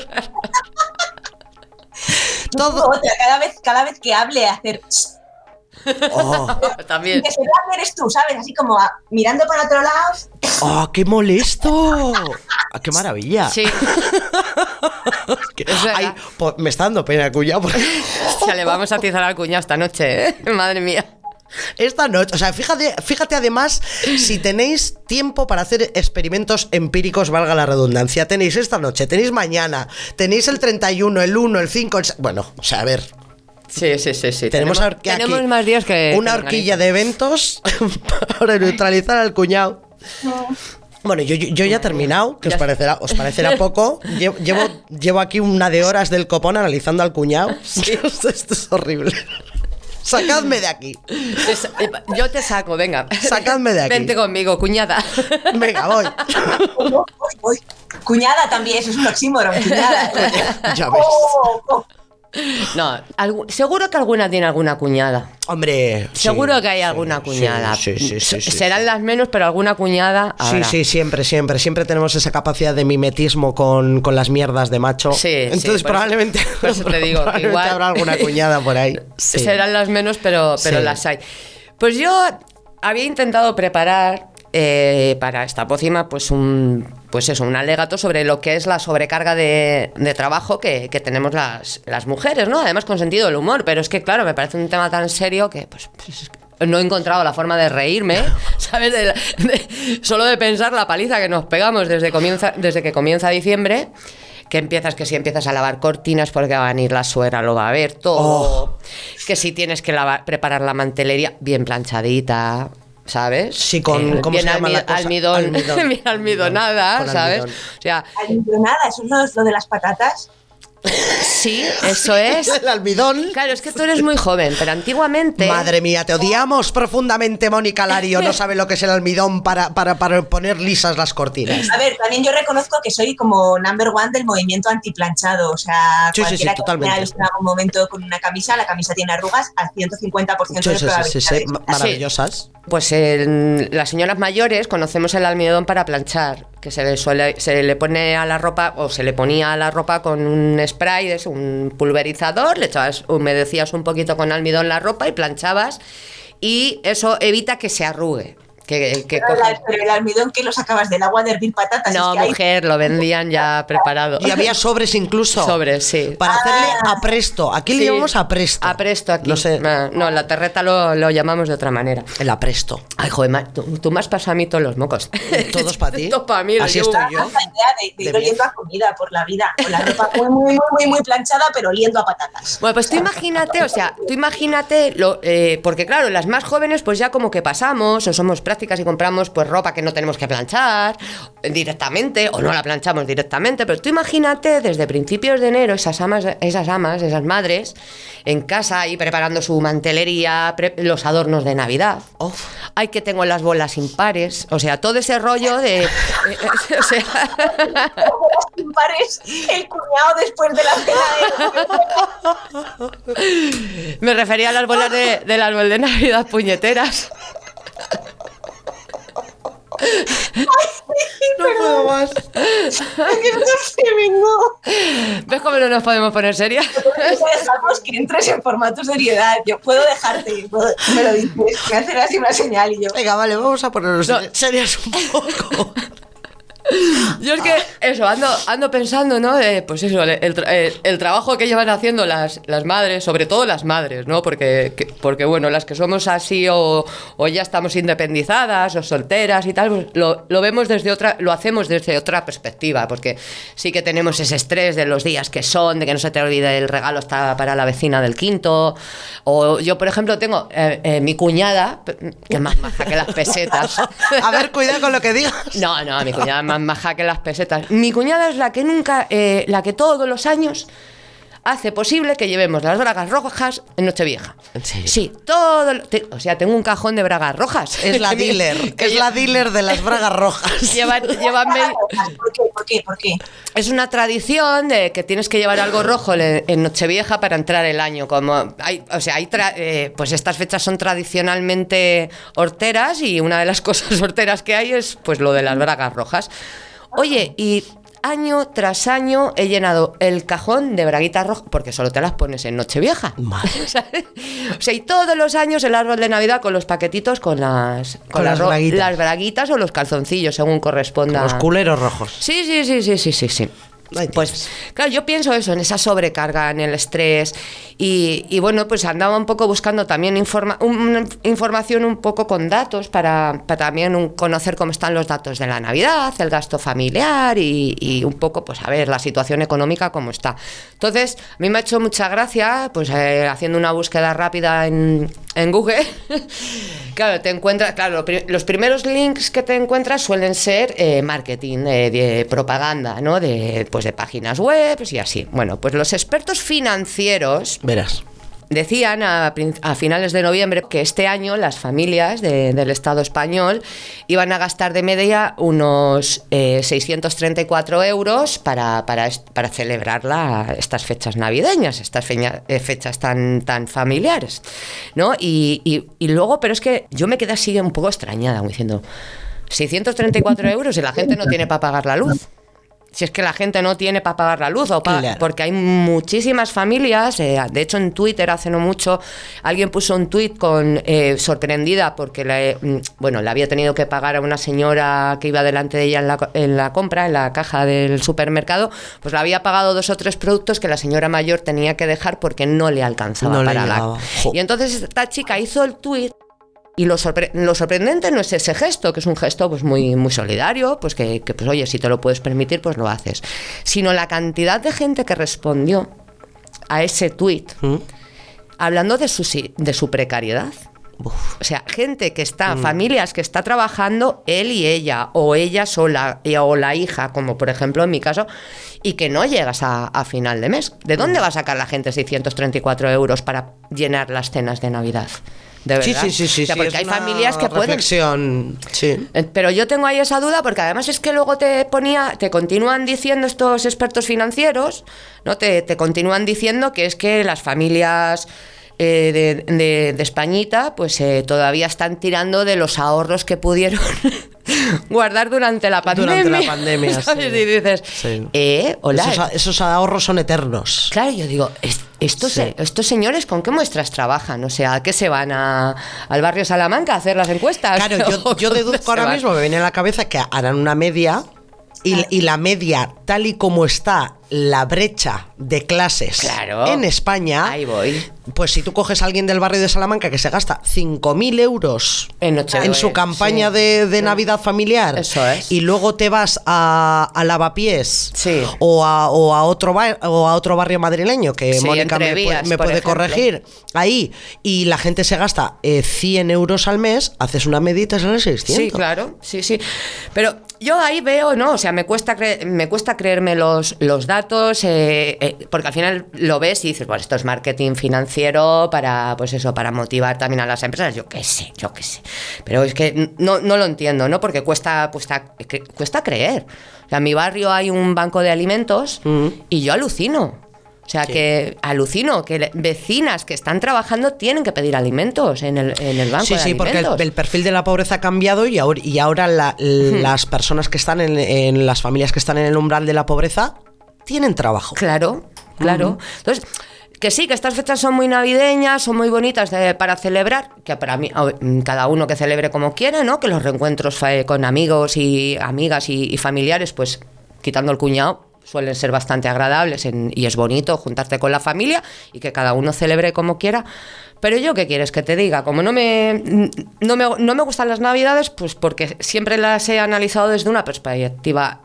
Speaker 2: Todo
Speaker 4: Otra, cada vez, cada vez que hable, hacer.
Speaker 2: oh,
Speaker 3: También.
Speaker 4: Que se vea que eres tú, ¿sabes? Así como a- mirando para otro lado.
Speaker 2: oh, qué molesto. Ah, qué maravilla.
Speaker 3: Sí,
Speaker 2: Que-
Speaker 3: es verdad.
Speaker 2: ay, po- me está dando pena el cuñado porque
Speaker 3: o sea, le vamos a atizar al cuñado esta noche, ¿eh? Madre mía.
Speaker 2: Esta noche, o sea, fíjate, fíjate además, si tenéis tiempo para hacer experimentos empíricos, valga la redundancia, tenéis esta noche, tenéis mañana, tenéis el 31, el 1, el 5, el se- Bueno, o sea, a ver,
Speaker 3: Sí, sí, sí, sí.
Speaker 2: tenemos, ahor- aquí
Speaker 3: tenemos más días que...
Speaker 2: Una
Speaker 3: que
Speaker 2: horquilla
Speaker 3: organizar.
Speaker 2: de eventos para neutralizar al cuñado. Bueno, yo, yo- yo ya he terminado, que os parecerá, os parecerá poco. Llevo, llevo, llevo aquí una de horas del copón analizando al cuñado. Esto es horrible. Sacadme de aquí.
Speaker 3: Es- eh, Yo te saco, venga.
Speaker 2: Sacadme de aquí.
Speaker 3: Vente conmigo, cuñada.
Speaker 2: Venga, voy.
Speaker 4: uy, uy, uy. Cuñada también, eso es un oxímoron, cuñada.
Speaker 2: Ya ves.
Speaker 4: Oh, oh.
Speaker 3: No, algu- seguro que alguna tiene alguna cuñada.
Speaker 2: Hombre. sí,
Speaker 3: Seguro que hay
Speaker 2: sí,
Speaker 3: alguna
Speaker 2: sí,
Speaker 3: cuñada.
Speaker 2: Sí, sí, sí. sí,
Speaker 3: Serán
Speaker 2: sí.
Speaker 3: las menos, pero alguna cuñada
Speaker 2: Sí,
Speaker 3: habrá.
Speaker 2: sí, siempre, siempre. Siempre tenemos esa capacidad de mimetismo con, con las mierdas de macho.
Speaker 3: Sí, sí,
Speaker 2: Entonces,
Speaker 3: por
Speaker 2: probablemente.
Speaker 3: eso- por eso te digo,
Speaker 2: probablemente
Speaker 3: igual-
Speaker 2: habrá alguna cuñada por ahí. Sí.
Speaker 3: Serán las menos, pero, pero
Speaker 2: Sí.
Speaker 3: las hay. Pues yo había intentado preparar eh, para esta pócima, pues un pues eso, un alegato sobre lo que es la sobrecarga de, de trabajo que, que tenemos las, las mujeres, ¿no? Además con sentido del humor, pero es que claro, me parece un tema tan serio que pues, pues, es que no he encontrado la forma de reírme, ¿sabes? De la- de- solo de pensar la paliza que nos pegamos desde, comienza, desde que comienza diciembre, que empiezas, que si empiezas a lavar cortinas porque va a venir la suegra, lo va a ver
Speaker 2: Oh.
Speaker 3: todo, que si tienes que lavar, preparar la mantelería bien planchadita. ¿Sabes? Eh,
Speaker 2: Sí, con- ¿cómo
Speaker 3: bien
Speaker 2: se llama
Speaker 3: almi-
Speaker 2: la cosa?
Speaker 3: almidón,
Speaker 2: Almidón.
Speaker 3: bien almidonada,
Speaker 2: Con
Speaker 3: ¿sabes?
Speaker 2: almidón.
Speaker 3: O sea,
Speaker 4: Almidonada, eso es lo, lo de las patatas.
Speaker 3: sí, eso es.
Speaker 2: El almidón.
Speaker 3: Claro, es que tú eres muy joven, pero antiguamente.
Speaker 2: Madre mía, te odiamos profundamente, Mónica Lario. No sabe lo que es el almidón para, para, para poner lisas las cortinas.
Speaker 4: A ver, también yo reconozco que soy como number one del movimiento antiplanchado. O sea,
Speaker 2: Sí, sí, sí,
Speaker 4: cualquiera que me
Speaker 2: totalmente.
Speaker 4: ha visto en algún momento con una camisa, la camisa tiene arrugas al 150% de
Speaker 2: Sí, sí, sí, sí, sí,
Speaker 4: probabilidades.
Speaker 2: ma- Maravillosas.
Speaker 3: Pues en- las señoras mayores conocemos el almidón para planchar, que se le, suele, se le pone a la ropa o se le ponía a la ropa con un spray, es un pulverizador, le echabas, humedecías un poquito con almidón la ropa y planchabas, y eso evita que se arrugue. Que, que
Speaker 4: Pero,
Speaker 3: coja-
Speaker 4: la- pero el almidón que lo sacabas del agua de hervir patatas.
Speaker 3: No,
Speaker 4: es que hay-
Speaker 3: mujer, lo vendían ya preparado.
Speaker 2: Y había sobres incluso.
Speaker 3: Sobres, sí. Ah.
Speaker 2: Para hacerle apresto. Aquí le
Speaker 3: Sí.
Speaker 2: llamamos apresto.
Speaker 3: Apresto aquí.
Speaker 2: No sé.
Speaker 3: Ah, No, en la terreta lo, lo llamamos de otra manera.
Speaker 2: El apresto.
Speaker 3: Ay, joder, ma- tú, tú me has pasado a mí todos los mocos.
Speaker 2: Todos para ti.
Speaker 3: Todos para mí. lo
Speaker 2: Así
Speaker 3: llevo.
Speaker 2: estoy yo.
Speaker 4: Haz la idea de, de ir
Speaker 2: De
Speaker 4: oliendo a comida por la vida, con la ropa muy, muy, muy, muy, muy planchada, pero oliendo a patatas.
Speaker 3: Bueno, pues tú imagínate, o sea, tú imagínate, lo, eh, porque claro, las más jóvenes pues ya como que pasamos o somos prácticas y compramos pues ropa que no tenemos que planchar eh, directamente o no la planchamos directamente, pero tú imagínate desde principios de enero esas amas, esas amas, esas madres en casa y preparando su mantelería, pre- los adornos de Navidad. Ay, que tengo las bolas impares, o sea, todo ese rollo de... eh, eh, o sea,
Speaker 4: Como los impares, el cuñado después de la cena de-
Speaker 3: eh, Me refería a las bolas de, del árbol de Navidad puñeteras.
Speaker 2: No puedo más.
Speaker 4: que no sé, vengo.
Speaker 3: ¿Ves cómo no nos podemos poner serias?
Speaker 4: Dejamos que entres en formato seriedad. Yo puedo dejarte, puedo- me lo dices, me hacen así una señal y yo.
Speaker 2: Venga, vale, vamos a ponernos
Speaker 3: No.
Speaker 2: serias un poco.
Speaker 3: Yo es que, eso, ando, ando pensando, ¿no? Eh, pues eso, el, el tra- el- el trabajo que llevan haciendo las, las madres, sobre todo las madres, ¿no? Porque, que- porque bueno, las que somos así o, o ya estamos independizadas o solteras y tal, pues lo, lo vemos desde otra, lo hacemos desde otra perspectiva, porque sí que tenemos ese estrés de los días que son, de que no se te olvide el regalo está para la vecina del quinto, o yo, por ejemplo, tengo eh, eh, mi cuñada, que es más maja que las pesetas.
Speaker 2: A ver, cuidado con lo que digas.
Speaker 3: No, no, mi cuñada es más maja que las pesetas. Mi cuñada es la que nunca, eh, la que todos los años hace posible que llevemos las bragas rojas en Nochevieja.
Speaker 2: ¿En serio?
Speaker 3: Sí, todo. lo- te- o sea, tengo un cajón de bragas rojas.
Speaker 2: Es la
Speaker 3: Que mi-
Speaker 2: dealer,
Speaker 3: que
Speaker 2: es
Speaker 3: lle-
Speaker 2: la dealer de las bragas rojas.
Speaker 3: Llevan, llevan ve-
Speaker 4: ¿Por qué? ¿Por qué? ¿Por qué?
Speaker 3: es una tradición de que tienes que llevar algo rojo le- en Nochevieja para entrar el año. Como hay, o sea, hay tra- eh, pues estas fechas son tradicionalmente horteras y una de las cosas horteras que hay es pues lo de las bragas rojas. Oye, y año tras año he llenado el cajón de braguitas rojas porque solo te las pones en Nochevieja. ¿sabes? O sea, y todos los años el árbol de Navidad con los paquetitos, con las,
Speaker 2: Con
Speaker 3: la
Speaker 2: las
Speaker 3: ro-
Speaker 2: braguitas.
Speaker 3: las braguitas o los calzoncillos, según corresponda.
Speaker 2: Los culeros rojos.
Speaker 3: Sí, sí, sí, sí, sí, sí, sí.
Speaker 2: Ahí
Speaker 3: Pues claro, yo pienso eso, en esa sobrecarga, en el estrés y, y, bueno, pues andaba un poco buscando también informa- un- una inf- información un poco con datos para, para también un- conocer cómo están los datos de la Navidad, el gasto familiar y, y un poco, pues a ver, la situación económica cómo está. Entonces, a mí me ha hecho mucha gracia, pues eh, haciendo una búsqueda rápida en, en Google, Claro, te encuentras, claro, lo pri- los primeros links que te encuentras suelen ser eh, marketing, eh, de propaganda, ¿no? De, pues de páginas web y así. Bueno, pues los expertos financieros
Speaker 2: Verás.
Speaker 3: decían a, prin- a finales de noviembre que este año las familias de- del Estado español iban a gastar de media unos eh, 634 euros para, para, est- para celebrar la- estas fechas navideñas, estas feña- eh, fechas tan, tan familiares. ¿no? Y, y- y luego, pero es que yo me quedé así un poco extrañada, como diciendo, 634 euros y la gente no tiene para pagar la luz si es que la gente no tiene para pagar la luz o pa-
Speaker 2: Claro.
Speaker 3: porque hay muchísimas familias eh, de hecho en Twitter hace no mucho alguien puso un tweet con eh, sorprendida porque le, mm, bueno le había tenido que pagar a una señora que iba delante de ella en la, co- en la compra en la caja del supermercado pues le había pagado dos o tres productos que la señora mayor tenía que dejar porque no le alcanzaba
Speaker 2: No le
Speaker 3: para
Speaker 2: llegaba.
Speaker 3: la
Speaker 2: Jo.
Speaker 3: y entonces esta chica hizo el tweet y lo, sorpre- lo sorprendente no es ese gesto, que es un gesto pues muy, muy solidario, pues que, que, pues oye, si te lo puedes permitir, pues lo haces. Sino la cantidad de gente que respondió a ese tuit hablando de su, si- de su precariedad. O sea, gente
Speaker 2: Mm.
Speaker 3: que está, familias que está trabajando él y ella, o ella sola, y- o la hija, como por ejemplo en mi caso, y que no llegas a, a final de mes. ¿De
Speaker 2: Mm.
Speaker 3: dónde va a sacar la gente 634 euros para llenar las cenas de Navidad? De verdad.
Speaker 2: Sí, sí, sí, sí.
Speaker 3: O sea,
Speaker 2: sí, es
Speaker 3: porque hay
Speaker 2: una
Speaker 3: familias que pueden.
Speaker 2: reflexión, Sí.
Speaker 3: Eh, Pero yo tengo ahí esa duda porque además es que luego te ponía, te continúan diciendo estos expertos financieros, ¿no? Te, te continúan diciendo que es que las familias eh, de, de- de Españita, pues eh, todavía están tirando de los ahorros que pudieron guardar durante la pandemia.
Speaker 2: Durante la pandemia,
Speaker 3: ¿sabes?
Speaker 2: sí.
Speaker 3: Y dices,
Speaker 2: Sí.
Speaker 3: eh, hola.
Speaker 2: Esos, a- esos ahorros son eternos.
Speaker 3: Claro, yo digo, "Es- estos,
Speaker 2: Sí.
Speaker 3: estos señores, ¿con qué muestras trabajan? O sea, ¿a qué se van a, al barrio Salamanca a hacer las encuestas?
Speaker 2: Claro, yo,
Speaker 3: ¿O
Speaker 2: yo
Speaker 3: dónde
Speaker 2: deduzco
Speaker 3: se
Speaker 2: ahora
Speaker 3: van?
Speaker 2: mismo, me viene a la cabeza que harán una media y, y la media, tal y como está la brecha de clases
Speaker 3: Claro.
Speaker 2: en España,
Speaker 3: Ahí voy.
Speaker 2: pues si tú coges a alguien del barrio de Salamanca que se gasta 5.000 euros
Speaker 3: En Nochebuena,
Speaker 2: en su campaña
Speaker 3: sí.
Speaker 2: de, de Navidad familiar
Speaker 3: Eso es.
Speaker 2: y luego te vas a, a Lavapiés
Speaker 3: Sí.
Speaker 2: o, a, o a otro bar- o a otro barrio madrileño que
Speaker 3: Sí,
Speaker 2: Mónica me,
Speaker 3: entre
Speaker 2: pu-
Speaker 3: vías,
Speaker 2: me
Speaker 3: por
Speaker 2: puede
Speaker 3: ejemplo.
Speaker 2: corregir ahí y la gente se gasta eh, 100 euros al mes, haces una medita y sale 600.
Speaker 3: Sí, claro, sí, sí. Pero yo ahí veo, ¿no? O sea, me cuesta, cre- me cuesta creerme los, los datos, eh, eh, porque al final lo ves y dices, bueno, esto es marketing financiero para, pues eso, para motivar también a las empresas. Yo qué sé, yo qué sé. Pero es que no, no lo entiendo, ¿no? Porque cuesta, cuesta, cre- cuesta creer. O sea, en mi barrio hay un banco de alimentos y yo alucino. O sea, que alucino que le- vecinas que están trabajando tienen que pedir alimentos en el, en el banco.
Speaker 2: Sí,
Speaker 3: de
Speaker 2: sí, porque el,
Speaker 3: alimentos.
Speaker 2: el perfil de la pobreza ha cambiado y ahora, y ahora la- las personas que están en, en las familias que están en el umbral de la pobreza tienen trabajo.
Speaker 3: Claro, claro. Entonces, que que sí, que estas fechas son muy navideñas, son muy bonitas de- para celebrar, que para mí, a- mm, cada uno que celebre como quiera, ¿no? Que los reencuentros fa- con amigos y amigas y, y familiares, pues quitando el cuñado, suelen ser bastante agradables en- y es bonito juntarte con la familia y que cada uno celebre como quiera. Pero yo, ¿qué quieres que te diga? Como no me, mm, no me, no me gustan las navidades, pues porque siempre las he analizado desde una perspectiva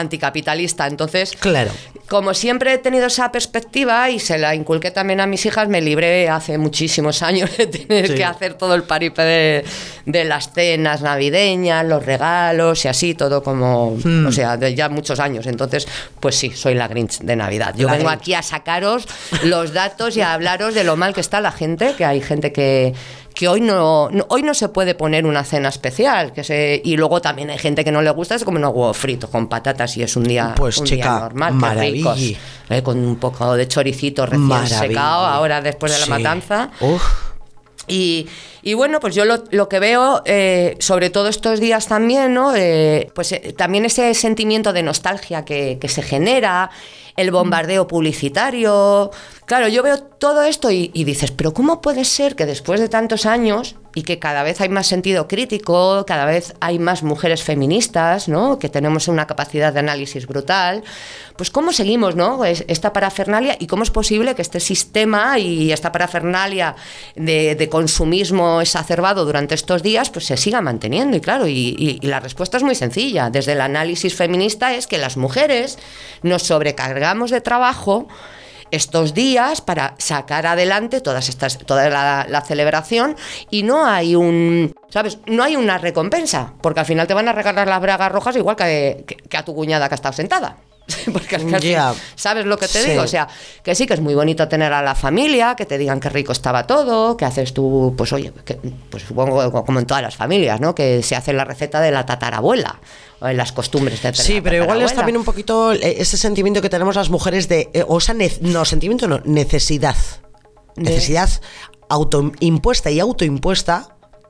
Speaker 3: anticapitalista, entonces
Speaker 2: Claro.
Speaker 3: como siempre he tenido esa perspectiva y se la inculqué también a mis hijas, me libré hace muchísimos años de tener
Speaker 2: Sí.
Speaker 3: que hacer todo el paripe de, de las cenas navideñas, los regalos y así, todo como,
Speaker 2: Hmm.
Speaker 3: o sea, de ya muchos años. Entonces, pues sí, soy la Grinch de Navidad. Yo
Speaker 2: La
Speaker 3: vengo
Speaker 2: Grinch.
Speaker 3: aquí a sacaros los datos y a hablaros de lo mal que está la gente, que hay gente que que hoy no, no- hoy no se puede poner una cena especial que se y luego también hay gente que no le gusta es como unos huevos fritos con patatas y es un día
Speaker 2: Pues,
Speaker 3: un
Speaker 2: chica,
Speaker 3: día normal, qué ricos.
Speaker 2: maravilli.
Speaker 3: Eh, con un poco de choricito recién
Speaker 2: Maravilla.
Speaker 3: secado ahora después de la
Speaker 2: Sí.
Speaker 3: matanza.
Speaker 2: Uf.
Speaker 3: Y, y bueno, pues yo lo, lo que veo, eh, sobre todo estos días también, ¿no? Eh, pues eh, también ese sentimiento de nostalgia que, que se genera, el bombardeo publicitario. Claro, yo veo todo esto y, y dices, pero ¿cómo puede ser que después de tantos años y que cada vez hay más sentido crítico, cada vez hay más mujeres feministas, ¿no? Que tenemos una capacidad de análisis brutal, pues cómo seguimos, ¿no? Es- Esta parafernalia y cómo es posible que este sistema y esta parafernalia de, de consumismo exacerbado durante estos días, pues se siga manteniendo. Y claro, y, y- y la respuesta es muy sencilla. Desde el análisis feminista es que las mujeres nos sobrecargamos de trabajo estos días para sacar adelante todas estas, toda la, la celebración y no hay un, ¿sabes? No hay una recompensa, porque al final te van a regalar las bragas rojas igual que, que- que a tu cuñada que ha estado sentada. Porque al final,
Speaker 2: Ya.
Speaker 3: ¿sabes lo que te
Speaker 2: Sí.
Speaker 3: digo? O sea, que sí que es muy bonito tener a la familia, que te digan qué rico estaba todo, que haces tú, pues oye, que- pues supongo que como en todas las familias, ¿no? Que se hace la receta de la tatarabuela, o en las costumbres de
Speaker 2: Sí,
Speaker 3: la
Speaker 2: pero igual es
Speaker 3: tatarabuela.
Speaker 2: también un poquito eh, ese sentimiento que tenemos las mujeres de. eh, o esa ne- no, sentimiento no, necesidad.
Speaker 3: De-
Speaker 2: Necesidad autoimpuesta y autoimpuesta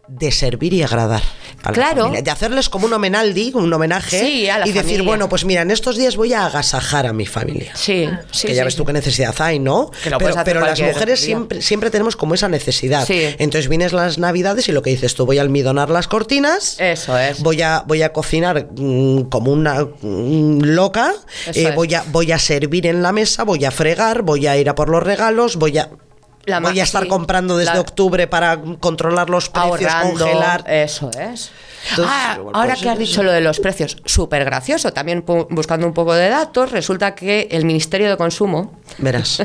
Speaker 2: de servir y agradar. a la
Speaker 3: Claro.
Speaker 2: familia, de hacerles como un homenaldi, un homenaje.
Speaker 3: Sí, a la
Speaker 2: y decir,
Speaker 3: familia.
Speaker 2: bueno, pues mira, en estos días voy a agasajar a mi familia.
Speaker 3: Sí,
Speaker 2: Ah.
Speaker 3: sí.
Speaker 2: que ya
Speaker 3: sí,
Speaker 2: ves
Speaker 3: sí.
Speaker 2: tú qué necesidad hay, ¿no?
Speaker 3: Que lo
Speaker 2: pero
Speaker 3: puedes hacer
Speaker 2: pero las
Speaker 3: cualquier
Speaker 2: mujeres
Speaker 3: día.
Speaker 2: siempre, siempre tenemos como esa necesidad.
Speaker 3: Sí.
Speaker 2: Entonces vienes las navidades y lo que dices tú, voy a almidonar las cortinas.
Speaker 3: Eso es.
Speaker 2: Voy a, voy a cocinar mm, como una mm, loca,
Speaker 3: Eso
Speaker 2: eh,
Speaker 3: es.
Speaker 2: voy, a, voy a servir en la mesa, voy a fregar, voy a ir a por los regalos, voy a,
Speaker 3: La ma-
Speaker 2: voy a estar
Speaker 3: sí,
Speaker 2: comprando desde
Speaker 3: la-
Speaker 2: octubre para controlar los precios,
Speaker 3: ahorrando. eh.
Speaker 2: congelar.
Speaker 3: Eso es.
Speaker 2: Entonces,
Speaker 3: Ah,
Speaker 2: bueno,
Speaker 3: ahora
Speaker 2: pues
Speaker 3: que has
Speaker 2: eso.
Speaker 3: dicho lo de los precios, súper gracioso. También pu- buscando un poco de datos, resulta que el Ministerio de Consumo
Speaker 2: Verás.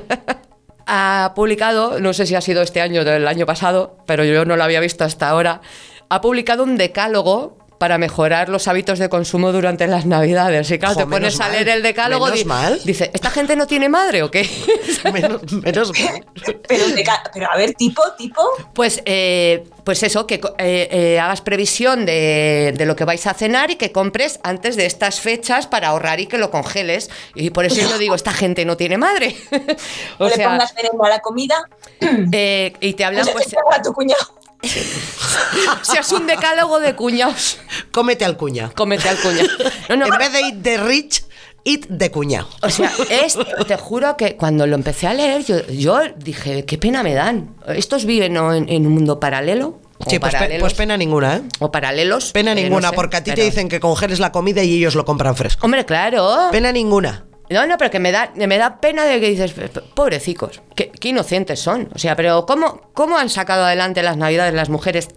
Speaker 3: ha publicado, no sé si ha sido este año o del año pasado, pero yo no lo había visto hasta ahora, ha publicado un decálogo para mejorar los hábitos de consumo durante las navidades. Y claro,
Speaker 2: Jo,
Speaker 3: te pones
Speaker 2: menos
Speaker 3: a
Speaker 2: mal,
Speaker 3: leer el decálogo
Speaker 2: menos
Speaker 3: y
Speaker 2: mal.
Speaker 3: dice, ¿esta gente no tiene madre o qué?
Speaker 2: menos, menos mal.
Speaker 4: Pero, de ca- pero a ver, tipo, tipo.
Speaker 3: Pues, eh, pues eso, que co- eh, eh, hagas previsión de, de lo que vais a cenar y que compres antes de estas fechas para ahorrar y que lo congeles. Y por eso yo digo, esta gente no tiene madre. o
Speaker 4: no le
Speaker 3: sea,
Speaker 4: pongas veneno a la comida.
Speaker 3: eh, y te hablan,
Speaker 4: Pues,
Speaker 3: pues,
Speaker 4: a tu cuñado.
Speaker 3: o sea, es un decálogo de cuñados.
Speaker 2: Cómete al cuña.
Speaker 3: Cómete al cuñado. No, no,
Speaker 2: en vez de ir de rich, it de cuñado.
Speaker 3: O sea, es, te juro que cuando lo empecé a leer, yo, yo dije, qué pena me dan. Estos viven ¿no? en, en un mundo paralelo. o
Speaker 2: Sí, pues, pe-
Speaker 3: paralelos,
Speaker 2: pues pena ninguna, ¿eh?
Speaker 3: O paralelos.
Speaker 2: Pena
Speaker 3: eh, no
Speaker 2: ninguna,
Speaker 3: sé,
Speaker 2: porque a ti te
Speaker 3: pero-
Speaker 2: dicen que congeles la comida y ellos lo compran fresco.
Speaker 3: Hombre, claro.
Speaker 2: Pena ninguna.
Speaker 3: No, no, pero que me da, me da pena de que dices, pobrecicos, qué, qué inocentes son. O sea, pero ¿cómo, ¿cómo han sacado adelante las navidades las mujeres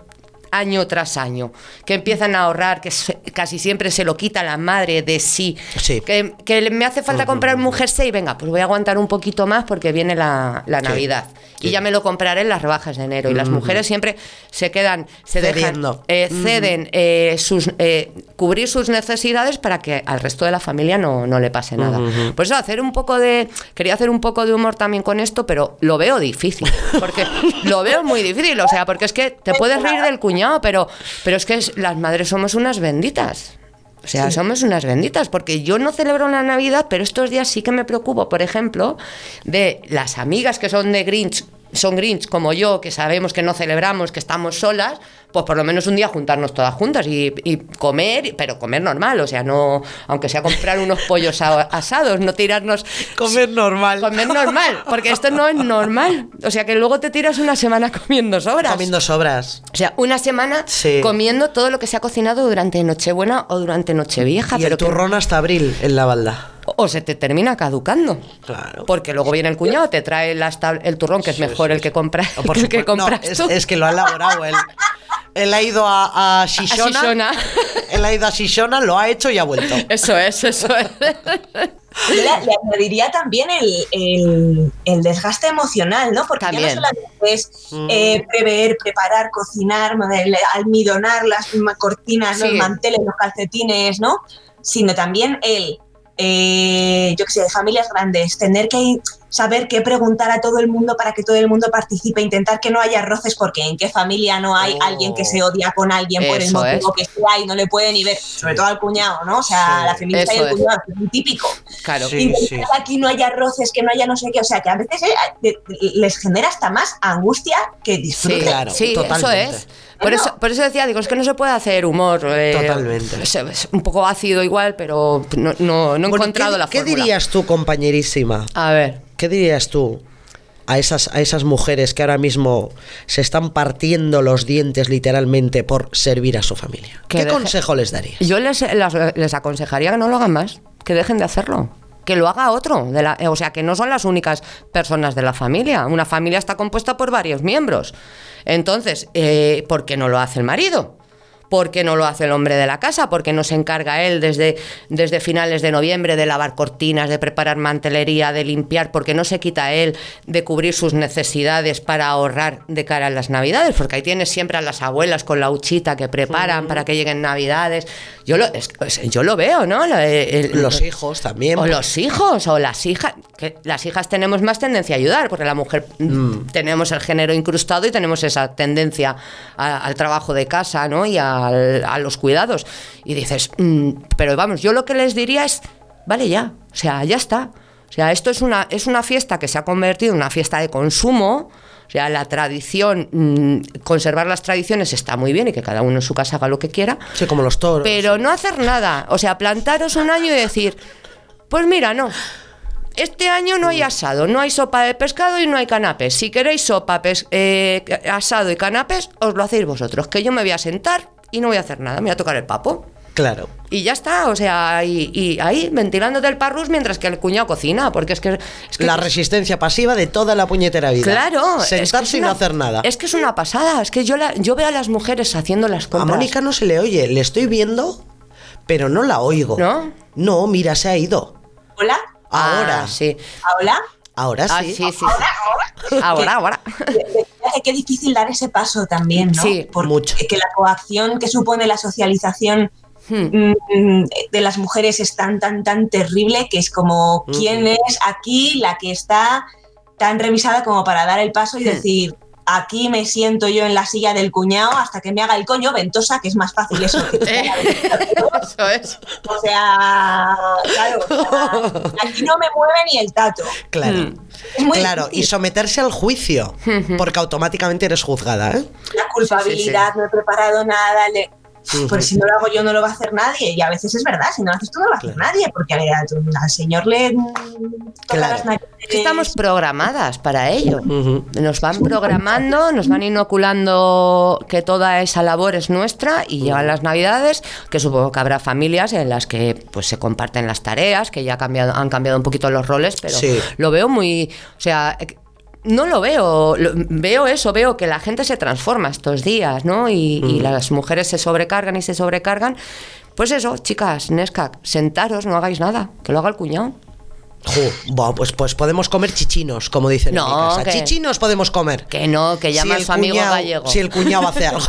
Speaker 3: año tras año? Que empiezan a ahorrar, que se- casi siempre se lo quita la madre de sí.
Speaker 2: Sí.
Speaker 3: Que, que le- me hace falta comprar un jersey, venga, pues voy a aguantar un poquito más porque viene la, la Navidad. Y ya me lo compraré en las rebajas de enero. Y las mujeres siempre se quedan, se
Speaker 2: Cediendo.
Speaker 3: dejan, eh, ceden eh, sus, eh, cubrir sus necesidades para que al resto de la familia no, no le pase nada. Por eso hacer un poco de quería hacer un poco de humor también con esto, pero lo veo difícil, porque lo veo muy difícil, o sea, porque es que te puedes reír del cuñado, pero pero es que es- las madres somos unas benditas. O sea, somos unas benditas, porque yo no celebro la Navidad, pero estos días sí que me preocupo, por ejemplo, de las amigas que son de Grinch son grinch como yo, que sabemos que no celebramos, que estamos solas, pues por lo menos un día juntarnos todas juntas y, y comer, pero comer normal, o sea, no, aunque sea comprar unos pollos a- asados, no tirarnos
Speaker 2: Comer normal.
Speaker 3: comer normal, porque esto no es normal. O sea, que luego te tiras una semana comiendo sobras.
Speaker 2: Comiendo sobras.
Speaker 3: O sea, una semana
Speaker 2: Sí.
Speaker 3: comiendo todo lo que se ha cocinado durante Nochebuena o durante Nochevieja.
Speaker 2: y el
Speaker 3: que-
Speaker 2: turrón hasta abril en la balda.
Speaker 3: o se te termina caducando.
Speaker 2: Claro.
Speaker 3: Porque luego viene el cuñado, te trae las tab- el turrón, que es mejor el que compras
Speaker 2: O por
Speaker 3: el que
Speaker 2: supuesto- no,
Speaker 3: compras
Speaker 2: es,
Speaker 3: tú.
Speaker 2: es que lo ha elaborado él. Él ha ido a, a Shishona.
Speaker 3: Shishona.
Speaker 2: Él ha ido a Shishona, lo ha hecho y ha vuelto.
Speaker 3: Eso es, eso es.
Speaker 4: Yo le, le añadiría también el, el- el desgaste emocional, ¿no? Porque
Speaker 3: También. Mm.
Speaker 4: ya no solamente es eh, prever, preparar, cocinar, model- almidonar las ma- cortinas,
Speaker 3: Sí.
Speaker 4: los manteles, los calcetines, ¿no? Sino también el, eh, yo qué sé, de familias grandes, tener que ir- saber qué preguntar a todo el mundo para que todo el mundo participe, intentar que no haya roces, porque en qué familia no hay
Speaker 2: Oh.
Speaker 4: alguien que se odia con alguien por el
Speaker 3: Eso
Speaker 4: motivo que sea y no le puede ni ver, sobre todo al cuñado, ¿no? O sea,
Speaker 2: Sí.
Speaker 4: la feminista y
Speaker 3: Eso
Speaker 4: el
Speaker 3: es.
Speaker 4: cuñado, es un típico
Speaker 3: Claro.
Speaker 2: Sí,
Speaker 4: intentar
Speaker 2: sí.
Speaker 4: aquí no haya roces, que no haya no sé qué. O sea, que a veces eh, de- les genera hasta más angustia que disfrute.
Speaker 3: Sí,
Speaker 2: Claro,
Speaker 3: sí,
Speaker 2: totalmente.
Speaker 3: eso es. Por, eso, por eso decía, digo, es que no se puede hacer humor. eh,
Speaker 2: Totalmente.
Speaker 3: Es, es un poco ácido igual, pero no, no, no he
Speaker 2: Bueno,
Speaker 3: encontrado
Speaker 2: ¿qué,
Speaker 3: la
Speaker 2: ¿Qué
Speaker 3: fórmula.
Speaker 2: dirías tú, compañerísima?
Speaker 3: A ver.
Speaker 2: ¿Qué dirías tú a esas, a esas mujeres que ahora mismo se están partiendo los dientes literalmente por servir a su familia?
Speaker 3: Que
Speaker 2: ¿Qué
Speaker 3: deje-
Speaker 2: consejo les darías?
Speaker 3: Yo les, las- les aconsejaría que no lo hagan más, que dejen de hacerlo. Que lo haga otro, de la- o sea, que no son las únicas personas de la familia. Una familia está compuesta por varios miembros. Entonces, eh, ¿por qué no lo hace el marido? ¿Por qué no lo hace el hombre de la casa? ¿Por qué no se encarga él desde, desde finales de noviembre de lavar cortinas, de preparar mantelería, de limpiar? ¿Por qué no se quita él de cubrir sus necesidades para ahorrar de cara a las navidades? Porque ahí tienes siempre a las abuelas con la huchita que preparan para que lleguen navidades. Yo lo, es- es- yo lo veo, ¿no? Lo- el- el-
Speaker 2: Los hijos también.
Speaker 3: o los hijos, o las hijas. Que las hijas tenemos más tendencia a ayudar, porque la mujer mm, tenemos el género incrustado y tenemos esa tendencia a- al trabajo de casa, ¿no? Y al- a los cuidados. Y dices, mm, pero vamos, yo lo que les diría es, vale ya, o sea, ya está. O sea, esto es una, es una fiesta que se ha convertido en una fiesta de consumo. O sea, la tradición, mm, conservar las tradiciones está muy bien y que cada uno en su casa haga lo que quiera,
Speaker 2: Sí, como los toros.
Speaker 3: pero no hacer nada. O sea, plantaros un año y decir, pues mira, no. Este año
Speaker 2: Mm.
Speaker 3: no hay asado, no hay sopa de pescado y no hay canapés. Si queréis sopa, pes- eh, asado y canapés, os lo hacéis vosotros. Que yo me voy a sentar y no voy a hacer nada. Me voy a tocar el papo.
Speaker 2: Claro.
Speaker 3: Y ya está, o sea, y, y ahí ventilándote el parrus mientras que el cuñado cocina, porque es que... es que
Speaker 2: la resistencia pasiva de toda la puñetera vida.
Speaker 3: Claro. es que
Speaker 2: Sentarse
Speaker 3: es
Speaker 2: y
Speaker 3: una-
Speaker 2: no hacer nada.
Speaker 3: Es que es una pasada, es que yo, la- yo veo a las mujeres haciendo las
Speaker 2: A
Speaker 3: compras.
Speaker 2: Mónica no se le oye, le estoy viendo, pero no la oigo.
Speaker 3: ¿No?
Speaker 2: No, mira, se ha ido.
Speaker 4: Hola,
Speaker 3: Ah,
Speaker 2: Ahora.
Speaker 3: sí.
Speaker 4: hola,
Speaker 2: Ahora sí.
Speaker 3: Ah, sí, sí, sí.
Speaker 4: Que-
Speaker 3: Ahora, ahora.
Speaker 4: que- que- Qué difícil dar ese paso también, ¿no?
Speaker 3: Sí,
Speaker 4: Porque
Speaker 2: mucho.
Speaker 4: Que la coacción que supone la socialización
Speaker 3: Hmm.
Speaker 4: mm, de las mujeres es tan, tan, tan terrible que es como, ¿quién es aquí la que está tan revisada como para dar el paso y decir, aquí me siento yo en la silla del cuñado hasta que me haga el coño ventosa, que es más fácil eso?
Speaker 3: Eh, Eso es.
Speaker 4: O sea, claro, o sea, aquí no me mueve ni el tato.
Speaker 2: Claro.
Speaker 3: Mm.
Speaker 4: Es muy
Speaker 2: claro, y
Speaker 4: difícil.
Speaker 2: someterse al juicio, porque automáticamente eres juzgada, ¿eh?
Speaker 4: la culpabilidad,
Speaker 3: Sí, sí,
Speaker 4: no he preparado nada, le- pues si no lo hago yo no lo va a hacer nadie. Y a veces es verdad, si no lo haces tú no lo va a hacer
Speaker 2: Claro.
Speaker 4: nadie, porque al, al señor le mm, toca
Speaker 2: Claro.
Speaker 4: las narices.
Speaker 3: Estamos programadas para ello.
Speaker 2: Ujú.
Speaker 3: Nos van programando, nos van inoculando que toda esa labor es nuestra y llegan las navidades, que supongo que habrá familias en las que pues se comparten las tareas, que ya ha cambiado, han cambiado un poquito los roles, pero
Speaker 2: Sí.
Speaker 3: lo veo muy, o sea, eh, no lo veo, lo- veo eso, veo que la gente se transforma estos días, ¿no? Y,
Speaker 2: Mm.
Speaker 3: y las mujeres se sobrecargan y se sobrecargan. Pues eso, chicas, Nescac, sentaros, no hagáis nada, que lo haga el cuñado.
Speaker 2: Ju, buah, pues, pues podemos comer chichinos, como dicen en
Speaker 3: No,
Speaker 2: mi casa.
Speaker 3: que-
Speaker 2: Chichinos podemos comer.
Speaker 3: Que no, que llama
Speaker 2: el
Speaker 3: a su amigo
Speaker 2: cuñao-
Speaker 3: gallego.
Speaker 2: Si el cuñado hace algo.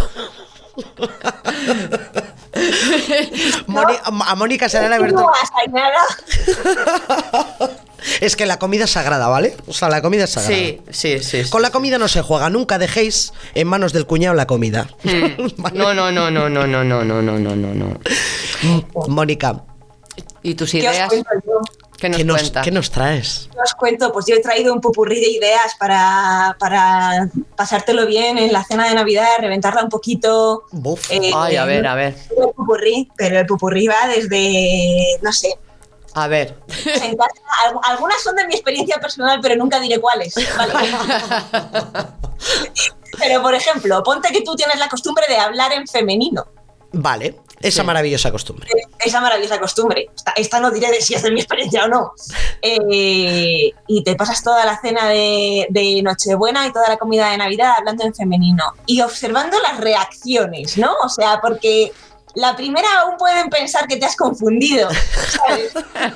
Speaker 2: Moni- a Mónica se le han abierto-
Speaker 4: No has hay nada.
Speaker 2: Es que la comida es sagrada, ¿vale? O sea, la comida es sagrada.
Speaker 3: sí, sí. sí.
Speaker 2: Con la comida no se juega, nunca dejéis en manos del cuñado la comida. Vale.
Speaker 3: Hmm. No, no, no, no, no, no, no, no, no, no, no, no.
Speaker 2: Mónica,
Speaker 3: ¿Y tus
Speaker 4: ¿Qué os
Speaker 3: ideas?
Speaker 4: cuento yo?
Speaker 3: ¿Qué nos
Speaker 2: ¿Qué nos,
Speaker 3: cuenta?
Speaker 2: qué nos traes?
Speaker 4: os cuento, pues yo he traído un pupurrí de ideas para, para pasártelo bien en la cena de Navidad, reventarla un poquito.
Speaker 2: Buf.
Speaker 4: Eh,
Speaker 3: Ay, a ver, a ver.
Speaker 4: el Pupurrí, pero el pupurrí va desde, no sé,
Speaker 3: A ver.
Speaker 4: en casa, al- algunas son de mi experiencia personal, pero nunca diré cuáles. ¿vale? pero, por ejemplo, ponte que tú tienes la costumbre de hablar en femenino.
Speaker 2: Vale, esa maravillosa costumbre.
Speaker 4: esa maravillosa costumbre. Esta, esta no diré de si es de mi experiencia o no. Eh, y te pasas toda la cena de, de Nochebuena y toda la comida de Navidad hablando en femenino y observando las reacciones, ¿no? O sea, porque la primera aún pueden pensar que te has confundido, ¿sabes?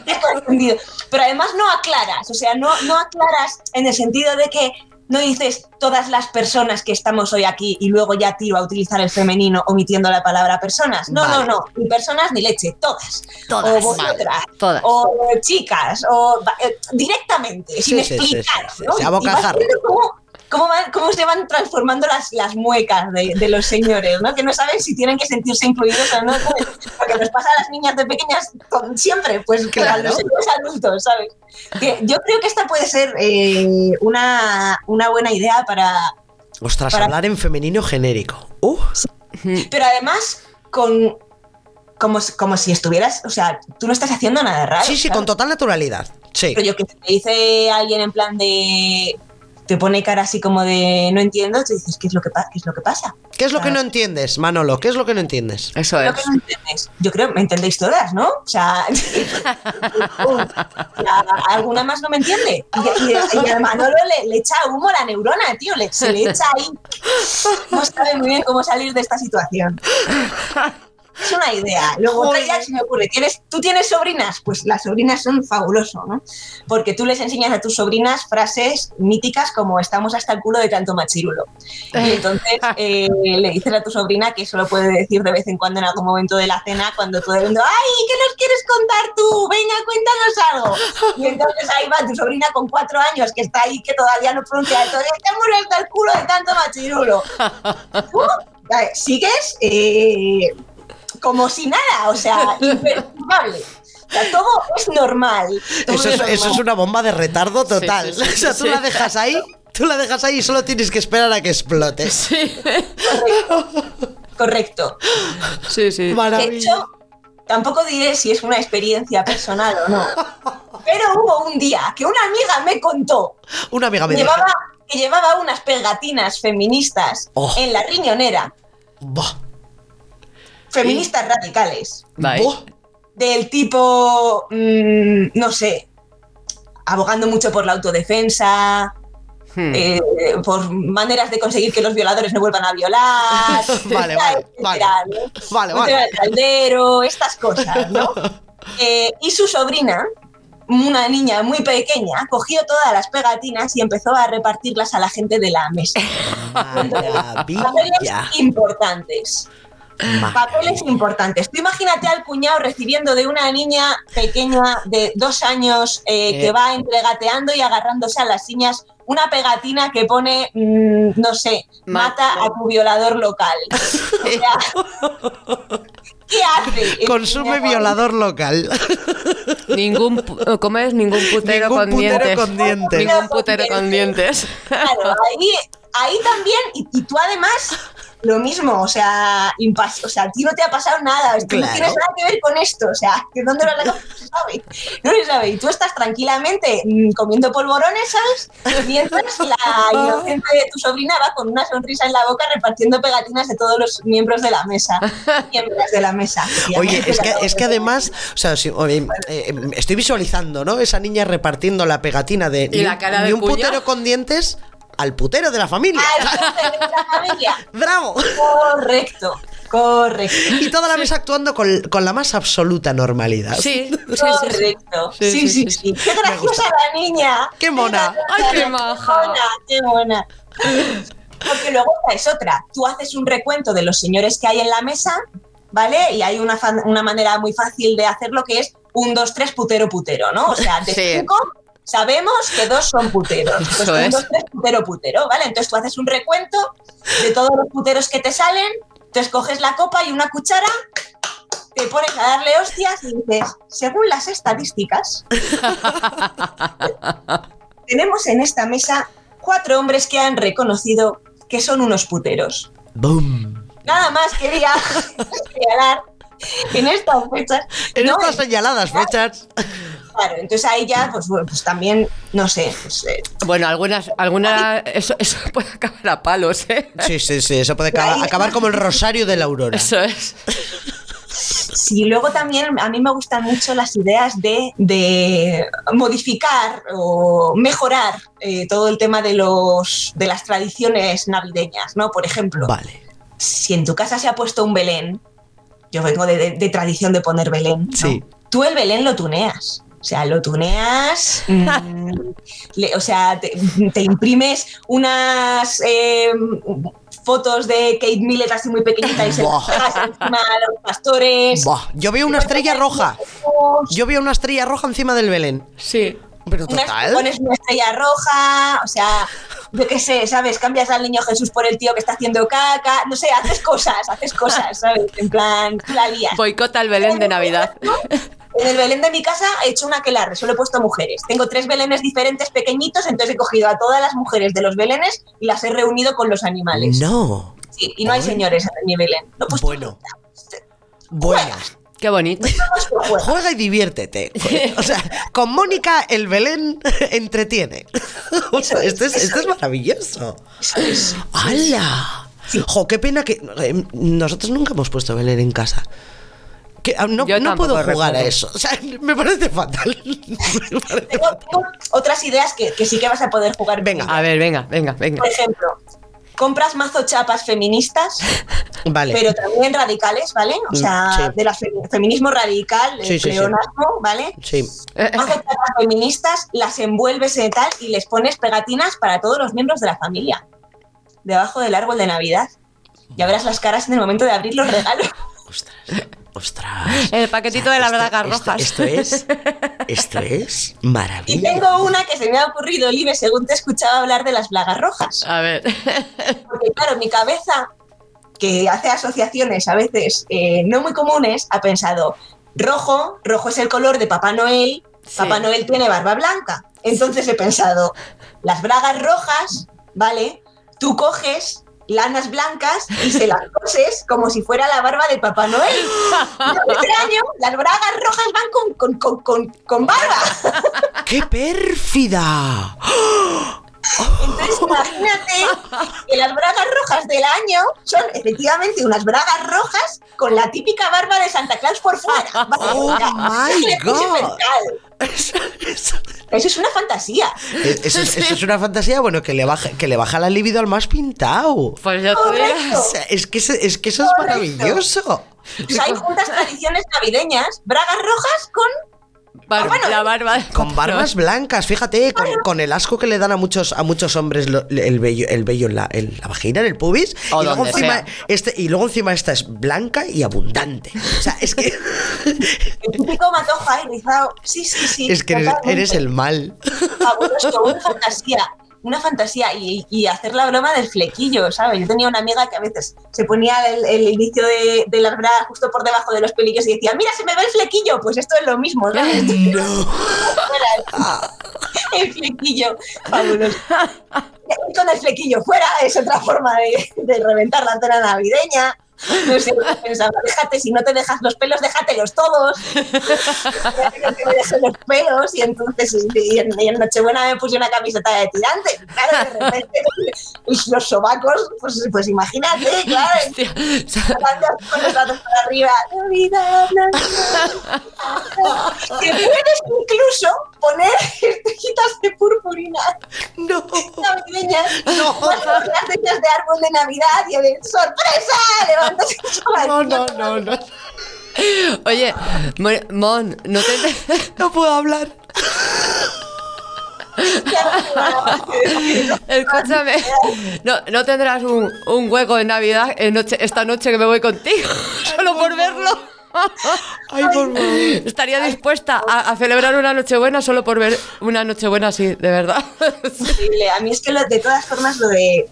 Speaker 4: Te has confundido. Pero además no aclaras, o sea, no, no aclaras en el sentido de que no dices todas las personas que estamos hoy aquí y luego ya tiro a utilizar el femenino omitiendo la palabra personas. No,
Speaker 2: Vale.
Speaker 4: no, no, ni personas ni leche, todas.
Speaker 5: Todas,
Speaker 4: o vosotras,
Speaker 5: vale, todas.
Speaker 4: o chicas, o va- eh, directamente, sin
Speaker 2: sí, sí,
Speaker 4: explicar.
Speaker 2: sí, sí,
Speaker 4: ¿no?
Speaker 2: sí, a
Speaker 4: Y vas
Speaker 2: bocajarro.
Speaker 4: viendo cómo- cómo van- cómo se van transformando las, las muecas de, de los señores, ¿no? Que no saben si tienen que sentirse incluidos o no. ¿sabes? Lo que nos pasa a las niñas de pequeñas con- siempre, pues que a los señores adultos, ¿sabes? Que yo creo que esta puede ser eh, una, una buena idea para...
Speaker 2: Ostras,
Speaker 4: Para-
Speaker 2: hablar en femenino genérico. Uh,
Speaker 4: Pero además, con... Como, si- como si estuvieras, o sea, tú no estás haciendo nada raro.
Speaker 2: sí, sí,
Speaker 4: claro. Pues
Speaker 2: con total naturalidad. Sí.
Speaker 4: Pero yo que te dice alguien en plan de. Te pone cara así como de no entiendo, te dices, ¿qué es lo que, pa- qué es lo que pasa?
Speaker 2: ¿Qué es lo que
Speaker 4: Ah.
Speaker 2: no entiendes, Manolo? ¿Qué es lo que no entiendes?
Speaker 3: Eso
Speaker 4: Lo
Speaker 3: es.
Speaker 4: que no entendéis. Yo creo, me entendéis todas, ¿no? O sea, o sea, alguna más no me entiende. Y, y- y a Manolo le, le echa humo la neurona, tío, le, se le echa ahí. No sabe muy bien cómo salir de esta situación. Es una idea. Luego otra idea que se me ocurre. ¿Tienes, ¿Tú tienes sobrinas? Pues las sobrinas son fabuloso, ¿no? Porque tú les enseñas a tus sobrinas frases míticas como estamos hasta el culo de tanto machirulo. Y entonces eh, le dices a tu sobrina que eso lo puede decir de vez en cuando en algún momento de la cena cuando todo el mundo, ¡ay, qué nos quieres contar tú! Venga, cuéntanos algo. Y entonces ahí va tu sobrina con cuatro años que está ahí, que todavía no pronuncia, todavía estamos hasta el culo de tanto machirulo. Tú eh, sigues eh, como si nada, o sea, imperturbable. O sea, todo es normal. todo
Speaker 2: Eso es,
Speaker 4: normal.
Speaker 2: eso es una bomba de retardo total.
Speaker 3: Sí, sí, sí,
Speaker 2: o sea,
Speaker 3: sí,
Speaker 2: tú
Speaker 3: sí.
Speaker 2: la dejas ahí, tú la dejas ahí y solo tienes que esperar a que explote.
Speaker 4: Correcto.
Speaker 3: Sí, sí.
Speaker 4: De
Speaker 2: Maravilla.
Speaker 4: hecho, tampoco diré si es una experiencia personal o no. Pero hubo un día que una amiga me contó
Speaker 2: Una amiga me dijo,
Speaker 4: llevaba, que llevaba unas pegatinas feministas
Speaker 2: Oh.
Speaker 4: en la riñonera,
Speaker 2: "Buah,
Speaker 4: feministas radicales,
Speaker 3: Bye.
Speaker 2: buah".
Speaker 4: del tipo, mm, no sé, abogando mucho por la autodefensa,
Speaker 2: Mm.
Speaker 3: Hmm.
Speaker 4: eh, por maneras de conseguir que los violadores no vuelvan a violar.
Speaker 2: Vale, vale,
Speaker 4: etcétera,
Speaker 2: vale.
Speaker 4: etcétera, ¿no?
Speaker 2: Vale,
Speaker 4: Ponte
Speaker 2: vale.
Speaker 4: al caldero, estas cosas, ¿no? Eh, y su sobrina, una niña muy pequeña, cogió todas las pegatinas y empezó a repartirlas a la gente de la mesa.
Speaker 2: Ah,
Speaker 4: Papeles
Speaker 2: Maravilla.
Speaker 4: importantes. Papeles importantes. Tú imagínate al cuñado recibiendo de una niña pequeña de dos años eh,
Speaker 3: Eh.
Speaker 4: que va entregateando y agarrándose a las niñas una pegatina que pone, mm, no sé,
Speaker 3: Ma-
Speaker 4: mata a tu violador local. O sea, ¿Qué hace? el
Speaker 2: Consume
Speaker 4: cuñado?
Speaker 2: violador local.
Speaker 3: Ningún, pu- eh, ¿cómo es? Ningún putero
Speaker 2: Ningún
Speaker 3: con
Speaker 2: putero
Speaker 3: dientes.
Speaker 2: con dientes.
Speaker 3: Ningún putero con dientes.
Speaker 4: Claro, ahí, ahí también, y, y tú además, lo mismo, o sea, impas- o sea, a ti no te ha pasado nada, es que
Speaker 2: Claro.
Speaker 4: no tienes nada que ver con esto, o sea, que dónde lo has sacado? no se sabe, no se sabe, y tú estás tranquilamente mm, comiendo polvorones, ¿sabes? Mientras la inocente de tu sobrina va con una sonrisa en la boca repartiendo pegatinas de todos los miembros de la mesa, miembros de la mesa.
Speaker 2: Oye, es que, es que además, o sea, si- oye, eh, estoy visualizando, ¿no? Esa niña repartiendo la pegatina de
Speaker 3: Y la cara
Speaker 2: ni
Speaker 3: del
Speaker 2: un putero
Speaker 3: cuñado.
Speaker 2: con dientes al putero de la familia.
Speaker 4: Al jefe Ah, de la familia.
Speaker 2: ¡Bravo!
Speaker 4: Correcto, correcto.
Speaker 2: Y toda la mesa actuando con, con la más absoluta normalidad.
Speaker 3: Sí, sí, sí, sí.
Speaker 4: Correcto. Sí, sí, sí. Qué graciosa la niña.
Speaker 2: ¡Qué mona!
Speaker 3: Ay, qué maja.
Speaker 4: Qué mona, qué mona. Porque luego esta es otra. Tú haces un recuento de los señores que hay en la mesa, ¿vale? Y hay una, fan- una manera muy fácil de hacerlo que es un, dos, tres, putero, putero, ¿no? O sea, de
Speaker 3: Sí.
Speaker 4: cinco sabemos que dos son puteros. Entonces,
Speaker 3: Eso
Speaker 4: un,
Speaker 3: es.
Speaker 4: dos, tres, putero, putero, ¿vale? Entonces tú haces un recuento de todos los puteros que te salen, te escoges la copa y una cuchara te pones a darle hostias y dices, según las estadísticas, tenemos en esta mesa cuatro hombres que han reconocido que son unos puteros.
Speaker 2: ¡Boom!
Speaker 4: Nada más quería señalar en estas fechas.
Speaker 2: En
Speaker 4: no,
Speaker 2: estas señaladas fechas.
Speaker 4: claro, entonces ahí ya, pues, bueno, pues también, no sé, pues, eh,
Speaker 3: Bueno, algunas, algunas, eso, eso puede acabar a palos, ¿eh?
Speaker 2: Sí, sí, sí, eso puede acabar, acabar como el rosario de la aurora.
Speaker 3: Eso es.
Speaker 4: Sí, luego también a mí me gustan mucho las ideas de, de modificar o mejorar eh, todo el tema de, los, de las tradiciones navideñas, ¿no? Por ejemplo,
Speaker 2: Vale.
Speaker 4: si en tu casa se ha puesto un Belén, yo vengo de, de- de tradición de poner Belén, ¿no?
Speaker 2: Sí.
Speaker 4: tú el Belén lo tuneas. O sea, lo tuneas, mm, le- o sea, te, te imprimes unas eh, fotos de Kate Millett así muy pequeñita y se las
Speaker 2: Buah.
Speaker 4: pegas encima a los pastores.
Speaker 2: Buah, yo veo una estrella roja. Yo veo una estrella roja encima del Belén.
Speaker 3: Sí.
Speaker 2: Pero
Speaker 4: Unas-
Speaker 2: total.
Speaker 4: pones una estrella roja, o sea, yo qué sé, ¿sabes? Cambias al niño Jesús por el tío que está haciendo caca, no sé, haces cosas, haces cosas, ¿sabes? En plan, tú la lías.
Speaker 3: Boicota el Belén de Navidad.
Speaker 4: En el Belén de mi casa he hecho una aquelarre, solo he puesto mujeres. Tengo tres Belenes diferentes pequeñitos, entonces he cogido a todas las mujeres de los Belenes y las he reunido con los animales.
Speaker 2: No.
Speaker 4: Sí, y no hay
Speaker 2: Ay.
Speaker 4: señores en mi Belén. pues, Lo he puesto
Speaker 2: Bueno. Bueno.
Speaker 3: Qué bonito.
Speaker 4: todos que juegan.
Speaker 2: Pues Juega y diviértete. O sea, con Mónica el Belén entretiene. O sea, esto, es, esto es maravilloso. ¡Hala! Jo, qué pena que eh, nosotros nunca hemos puesto Belén en casa. Que, ah, no
Speaker 3: Yo
Speaker 2: no puedo
Speaker 3: tampoco
Speaker 2: jugar a
Speaker 3: recuerdo.
Speaker 2: eso. O sea, me parece fatal. Me parece
Speaker 4: Tengo, tengo otras ideas que, que sí que vas a poder jugar. con
Speaker 2: Venga.
Speaker 4: ellas.
Speaker 3: A ver, venga, venga, venga.
Speaker 4: Por ejemplo, compras mazo chapas feministas,
Speaker 2: Vale.
Speaker 4: pero también radicales, ¿vale? O
Speaker 2: Mm,
Speaker 4: sea,
Speaker 2: sí.
Speaker 4: de las fe- feminismo radical,
Speaker 2: Sí,
Speaker 4: el
Speaker 2: sí, sí.
Speaker 4: pleonasmo, ¿vale?
Speaker 2: sí.
Speaker 4: Mazo chapas feministas, las envuelves en tal y les pones pegatinas para todos los miembros de la familia, debajo del árbol de Navidad. Ya verás las caras en el momento de abrir los regalos.
Speaker 2: Ostras. Ostras.
Speaker 3: El paquetito de las
Speaker 2: Esto-
Speaker 3: bragas
Speaker 2: esto-
Speaker 3: rojas.
Speaker 2: Esto, es. Esto es
Speaker 4: Y
Speaker 2: maravilla.
Speaker 4: tengo una que se me ha ocurrido, Olive, según te escuchaba hablar de las blagas rojas.
Speaker 3: A ver.
Speaker 4: Porque claro, mi cabeza, que hace asociaciones a veces eh, no muy comunes, ha pensado, rojo, rojo es el color de Papá Noel,
Speaker 3: Sí.
Speaker 4: Papá Noel tiene barba blanca. Entonces he pensado, las bragas rojas, ¿vale? Tú coges lanas blancas y se las coses como si fuera la barba de Papá Noel. No extraño, las bragas rojas van con, con, con, con, con barba.
Speaker 2: ¡Qué pérfida!
Speaker 4: Entonces, imagínate que las bragas rojas del año son efectivamente unas bragas rojas con la típica barba de Santa Claus por fuera.
Speaker 2: Oh, my
Speaker 4: Le puse
Speaker 2: God.
Speaker 4: mental.
Speaker 2: Eso, eso-
Speaker 4: Eso es una fantasía.
Speaker 2: eh, eso es- eso es una fantasía, bueno, que le baja, que le baja la libido al más pintado.
Speaker 3: Pues yo
Speaker 4: Correcto.
Speaker 3: tuviera.
Speaker 2: O sea, es, que, se- es que eso es
Speaker 4: Correcto.
Speaker 2: maravilloso.
Speaker 4: O sea, pues, hay juntas tradiciones navideñas, bragas rojas con...
Speaker 3: bar-
Speaker 4: Bueno,
Speaker 3: la barba de
Speaker 2: Con barbas blancas, fíjate, con, con el asco que le dan a muchos, a muchos hombres lo- el vello, el vello en, la, en la vagina, en el pubis.
Speaker 3: O
Speaker 2: y, luego
Speaker 3: donde
Speaker 2: encima,
Speaker 3: sea.
Speaker 2: este, y luego encima esta es blanca y abundante. O sea, es que,
Speaker 4: El típico matojo ahí rizado. Sí, sí, sí.
Speaker 2: es que eres,
Speaker 4: totalmente.
Speaker 2: eres el mal.
Speaker 4: fabuloso, una fantasía, una fantasía y, y hacer la broma del flequillo, ¿sabes? Yo tenía una amiga que a veces se ponía el, el inicio de, de las bragas justo por debajo de los pelillos y decía, mira, se me ve el flequillo, pues esto es lo mismo, ¿sabes?
Speaker 2: No.
Speaker 4: Fuera el, el flequillo, fabuloso. Y Con el flequillo fuera es otra forma de, de reventar la cena navideña. No sé, yo pensaba, déjate, si no te dejas los pelos, déjatelos todos. No te dejes los pelos. Y entonces, y en, y en Nochebuena me puse una camiseta de tirantes. Claro, de repente, los sobacos, pues, pues imagínate, claro.
Speaker 3: Hostia, o sea,
Speaker 4: Andas con los datos para arriba. Navidad, Navidad. Te puedes incluso poner estrellitas de purpurina
Speaker 2: No.
Speaker 4: navideñas. Cuando las dejas de árbol de Navidad y de sorpresa, levantas el chaval.
Speaker 2: No, no, no, no.
Speaker 3: Oye, Mon- Mon, no te.
Speaker 2: No puedo hablar.
Speaker 3: Escúchame. No, no tendrás un, un hueco en Navidad en noche, esta noche que me voy contigo, solo por verlo.
Speaker 2: Ay, por favor.
Speaker 3: Estaría dispuesta a, a celebrar una Nochebuena solo por ver una Nochebuena así, de verdad.
Speaker 4: Increíble. A mí es que lo- de todas formas lo de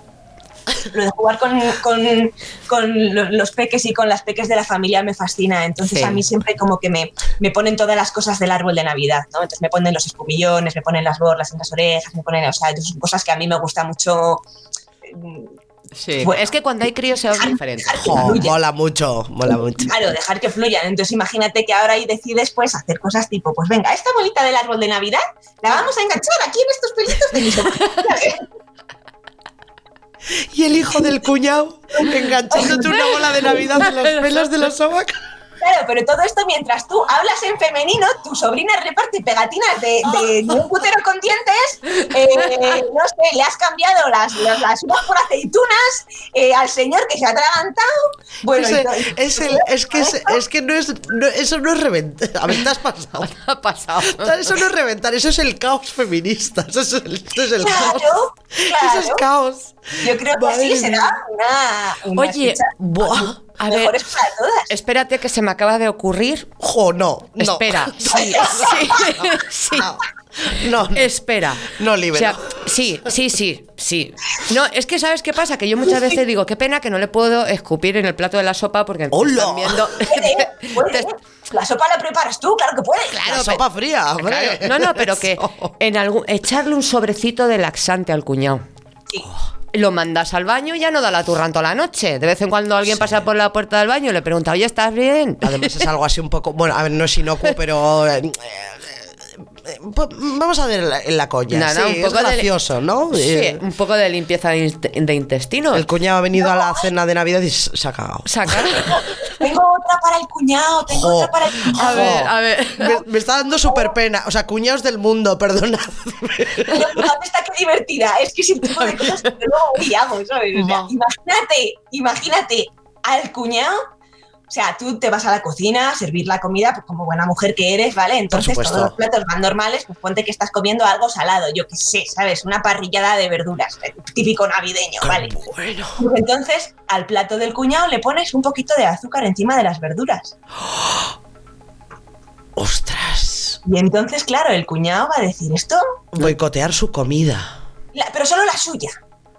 Speaker 4: lo de jugar con, con- con lo- los peques y con las peques de la familia me fascina. Entonces
Speaker 3: Sí.
Speaker 4: a mí siempre como que me, me ponen todas las cosas del árbol de Navidad, ¿no? Entonces me ponen los escubillones, me ponen las borlas en las orejas, me ponen, o sea, son cosas que a mí me gusta mucho. mm,
Speaker 3: Sí.
Speaker 4: Bueno.
Speaker 3: Es que cuando hay críos se oye diferente.
Speaker 2: Jo, mola mucho, mola mucho.
Speaker 4: Claro, dejar que fluyan. Entonces imagínate que ahora ahí decides pues hacer cosas tipo, pues venga, esta bolita del árbol de Navidad la vamos a enganchar aquí en estos pelitos de mis orejas".
Speaker 2: Y el hijo del cuñado enganchándote una bola de Navidad en los pelos de los sobacas.
Speaker 4: Claro, pero todo esto mientras tú hablas en femenino, tu sobrina reparte pegatinas de, de- de un putero con dientes, eh, no sé, le has cambiado las, las, las uvas por aceitunas eh, al señor que se ha atragantado. Bueno,
Speaker 2: Ese-
Speaker 4: entonces-
Speaker 2: es, el- es que, es, es que no es, no- eso no es reventar. A ver, te has pasado.
Speaker 3: Ha pasado.
Speaker 2: Eso no es reventar, eso es el caos feminista. Eso es el, eso es el
Speaker 4: Claro,
Speaker 2: caos. Eso es
Speaker 4: claro.
Speaker 2: caos.
Speaker 4: Yo creo que
Speaker 2: Madre
Speaker 4: sí será
Speaker 2: mía.
Speaker 4: una, una
Speaker 3: Oye,
Speaker 4: ficha
Speaker 2: Buah.
Speaker 3: a ver,
Speaker 4: mejores para todas.
Speaker 3: espérate que se me acaba de ocurrir.
Speaker 2: Jo, no. no.
Speaker 3: Espera. Sí, sí, sí.
Speaker 2: No. No, no.
Speaker 3: Espera.
Speaker 2: No, Libera.
Speaker 3: O sea, sí, sí, sí, sí. No, es que ¿sabes qué pasa? Que yo muchas veces digo, qué pena que no le puedo escupir en el plato de la sopa porque te
Speaker 2: ¡Hola!
Speaker 3: están viendo...
Speaker 4: Puede, puede.
Speaker 3: te-
Speaker 4: La sopa la preparas tú, claro que puedes.
Speaker 2: La sopa fría, hombre.
Speaker 3: Claro, no, no, pero que
Speaker 2: Eso.
Speaker 3: en algún, echarle un sobrecito de laxante al cuñado.
Speaker 4: Sí.
Speaker 3: Lo mandas al baño y ya no da la turra en toda la noche. De vez en cuando alguien pasa por la puerta del baño y le pregunta, oye, ¿estás bien?
Speaker 2: Además es algo así un poco, bueno, a ver, no es inocuo, pero eh, eh, eh, po- vamos a ver en la, en la coña.
Speaker 3: No, no,
Speaker 2: sí,
Speaker 3: un poco
Speaker 2: es
Speaker 3: de-
Speaker 2: gracioso, ¿no?
Speaker 3: Sí,
Speaker 2: Eh,
Speaker 3: un poco de limpieza de, inte- de intestinos.
Speaker 2: El cuñado ha venido a la cena de Navidad y s- se ha cagado.
Speaker 3: Sacar.
Speaker 4: Tengo otra para el cuñado, tengo
Speaker 2: Jo.
Speaker 4: otra para el cuñado.
Speaker 3: A ver, a ver.
Speaker 2: Me, me está dando súper pena. O sea, cuñados del mundo, perdonad.
Speaker 4: Pero fíjate esta que divertida. Es que es el tipo de cosas que luego odiamos, ¿sabes? O sea,
Speaker 2: Va.
Speaker 4: imagínate, imagínate al cuñado. O sea, tú te vas a la cocina a servir la comida, pues como buena mujer que eres, ¿vale? Entonces
Speaker 2: supuesto.
Speaker 4: todos los platos van normales, pues ponte que estás comiendo algo salado, yo qué sé, ¿sabes? Una parrillada de verduras, eh, típico navideño, ¿vale?
Speaker 2: Bueno.
Speaker 4: Pues entonces al plato del cuñado le pones un poquito de azúcar encima de las verduras.
Speaker 2: Ostras.
Speaker 4: Y entonces, claro, el cuñado va a decir esto,
Speaker 2: Boicotear su comida.
Speaker 4: la- pero solo la suya.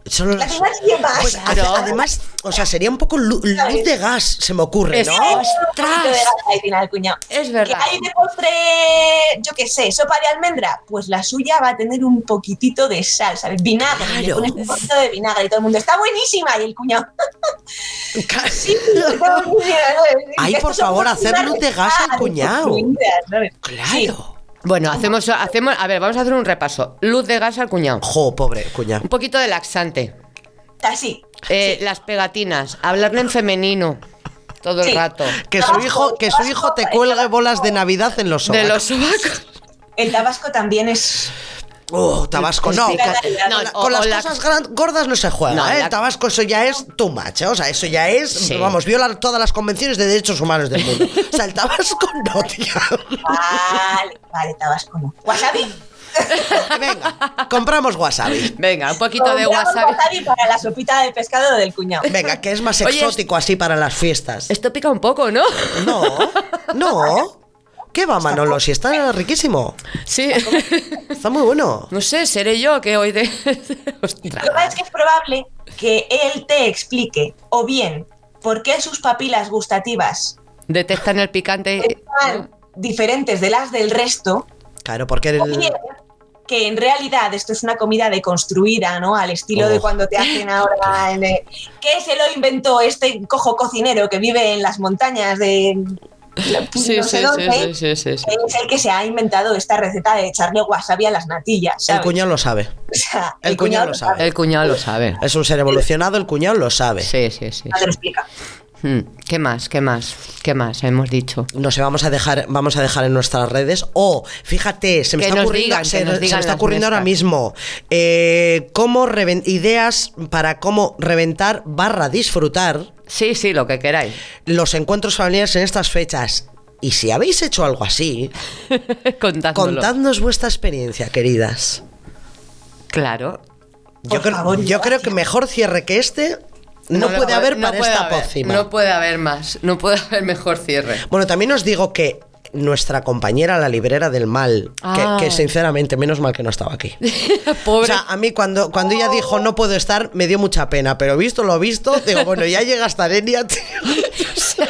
Speaker 2: Solo
Speaker 4: La
Speaker 2: las-
Speaker 4: que más llevas.
Speaker 2: Pues,
Speaker 3: Claro.
Speaker 2: Además, o sea, sería un poco lu- luz de gas, se me ocurre, ¿no?
Speaker 3: Exacto.
Speaker 4: Un poquito de gata al final, cuñado.
Speaker 3: Es
Speaker 4: Que
Speaker 3: verdad.
Speaker 4: hay de postre, yo qué sé, sopa de almendra. Pues la suya va a tener un poquitito de sal, ¿sabes? Vinagre. y Le
Speaker 2: Claro.
Speaker 4: pones un poquito de vinagre y todo el mundo está buenísima. Y el cuñado.
Speaker 2: Casi.
Speaker 4: Sí, está buenísima, ¿sabes?
Speaker 2: Ay,
Speaker 4: Estos
Speaker 2: por
Speaker 4: son
Speaker 2: favor,
Speaker 4: unas
Speaker 2: hacer luz de gas al
Speaker 4: recetas
Speaker 2: cuñado.
Speaker 4: construidas, ¿sabes? Sí.
Speaker 2: Claro.
Speaker 3: Bueno, hacemos, hacemos. A ver, vamos a hacer un repaso. Luz de gas al cuñado.
Speaker 2: Jo, pobre cuñado.
Speaker 3: Un poquito de laxante.
Speaker 4: Así.
Speaker 3: Eh, Las pegatinas. Hablarle en femenino. Todo el
Speaker 4: Sí.
Speaker 3: rato.
Speaker 2: Que su hijo, que su hijo te cuelgue bolas de Navidad en los
Speaker 3: De
Speaker 2: sobacos.
Speaker 3: los sobacos.
Speaker 4: El tabasco también es.
Speaker 2: Oh, Tabasco, no.
Speaker 3: Sí,
Speaker 2: Con,
Speaker 4: no,
Speaker 2: con la-
Speaker 3: o-
Speaker 2: con las
Speaker 3: o la-
Speaker 2: cosas gran- gordas no se juega,
Speaker 3: No,
Speaker 2: ¿eh?
Speaker 3: la-
Speaker 2: El Tabasco, eso ya es too much, ¿eh? O sea, eso ya es,
Speaker 3: Sí.
Speaker 2: vamos, violar todas las convenciones de derechos humanos del mundo. O sea, el Tabasco no, tía.
Speaker 4: Vale, vale, tabasco no. ¿Wasabi?
Speaker 2: Venga, compramos wasabi.
Speaker 3: Venga, un poquito de
Speaker 4: Compramos
Speaker 3: wasabi.
Speaker 4: para la sopita de pescado del cuñado.
Speaker 2: Venga, que es más
Speaker 3: Oye, es-
Speaker 2: exótico así para las fiestas.
Speaker 3: Esto pica un poco, ¿no?
Speaker 2: No, no. ¿Qué va, Manolo? Si está riquísimo.
Speaker 3: Sí.
Speaker 4: Ah,
Speaker 2: Está muy bueno.
Speaker 3: No sé, seré yo que hoy de.
Speaker 4: Lo que pasa es que es probable que él te explique o bien por qué sus papilas gustativas
Speaker 3: Detectan el picante.
Speaker 4: están diferentes de las del resto,
Speaker 2: Claro, porque
Speaker 4: o bien
Speaker 2: el...
Speaker 4: que en realidad esto es una comida deconstruida, ¿no? Al estilo de
Speaker 2: Oh.
Speaker 4: cuando te hacen ahora el, eh, que se lo inventó este cojo cocinero que vive en las montañas de
Speaker 3: Sí,
Speaker 4: no
Speaker 3: sí,
Speaker 4: sé
Speaker 3: sí,
Speaker 4: dónde,
Speaker 3: sí, sí, sí, sí.
Speaker 4: que es el que se ha inventado esta receta de echarle wasabi a las natillas.
Speaker 2: El
Speaker 4: ¿sabes?
Speaker 2: cuñado lo sabe.
Speaker 4: O sea,
Speaker 2: el cuñado lo sabe.
Speaker 3: El cuñado lo sabe.
Speaker 2: Es un ser evolucionado, el cuñado lo sabe.
Speaker 3: Sí, sí, sí.
Speaker 4: No te lo explica.
Speaker 3: Mm, ¿Qué más? ¿Qué más? ¿Qué más hemos dicho?
Speaker 2: No sé, vamos a dejar, vamos a dejar en nuestras redes. O, fíjate, se me
Speaker 3: Que
Speaker 2: está
Speaker 3: nos
Speaker 2: ocurriendo,
Speaker 3: digan,
Speaker 2: se,
Speaker 3: que nos
Speaker 2: se me
Speaker 3: digan
Speaker 2: está
Speaker 3: las
Speaker 2: ocurriendo ahora
Speaker 3: nuestras.
Speaker 2: mismo. Eh, cómo reven- ideas para cómo reventar barra disfrutar
Speaker 3: Sí, sí, lo que queráis.
Speaker 2: los encuentros familiares en estas fechas. Y si habéis hecho algo así,
Speaker 3: Contándolo.
Speaker 2: contadnos vuestra experiencia, queridas.
Speaker 3: Claro.
Speaker 2: Yo,
Speaker 4: Por
Speaker 2: creo,
Speaker 4: favor,
Speaker 2: yo creo
Speaker 4: gracias.
Speaker 2: que mejor cierre que este no,
Speaker 3: lo-
Speaker 2: puede haber
Speaker 3: no
Speaker 2: para
Speaker 3: puede
Speaker 2: esta
Speaker 3: haber,
Speaker 2: pócima.
Speaker 3: No puede haber más. No puede haber mejor cierre.
Speaker 2: Bueno, también os digo que nuestra compañera, la librera del mal,
Speaker 3: Ah.
Speaker 2: que, que sinceramente, menos mal que no estaba aquí. O
Speaker 3: Pobre.
Speaker 2: sea, a mí cuando, cuando ella dijo no puedo estar, me dio mucha pena, pero visto lo visto, digo, bueno, ya llega hasta Arenia, tío.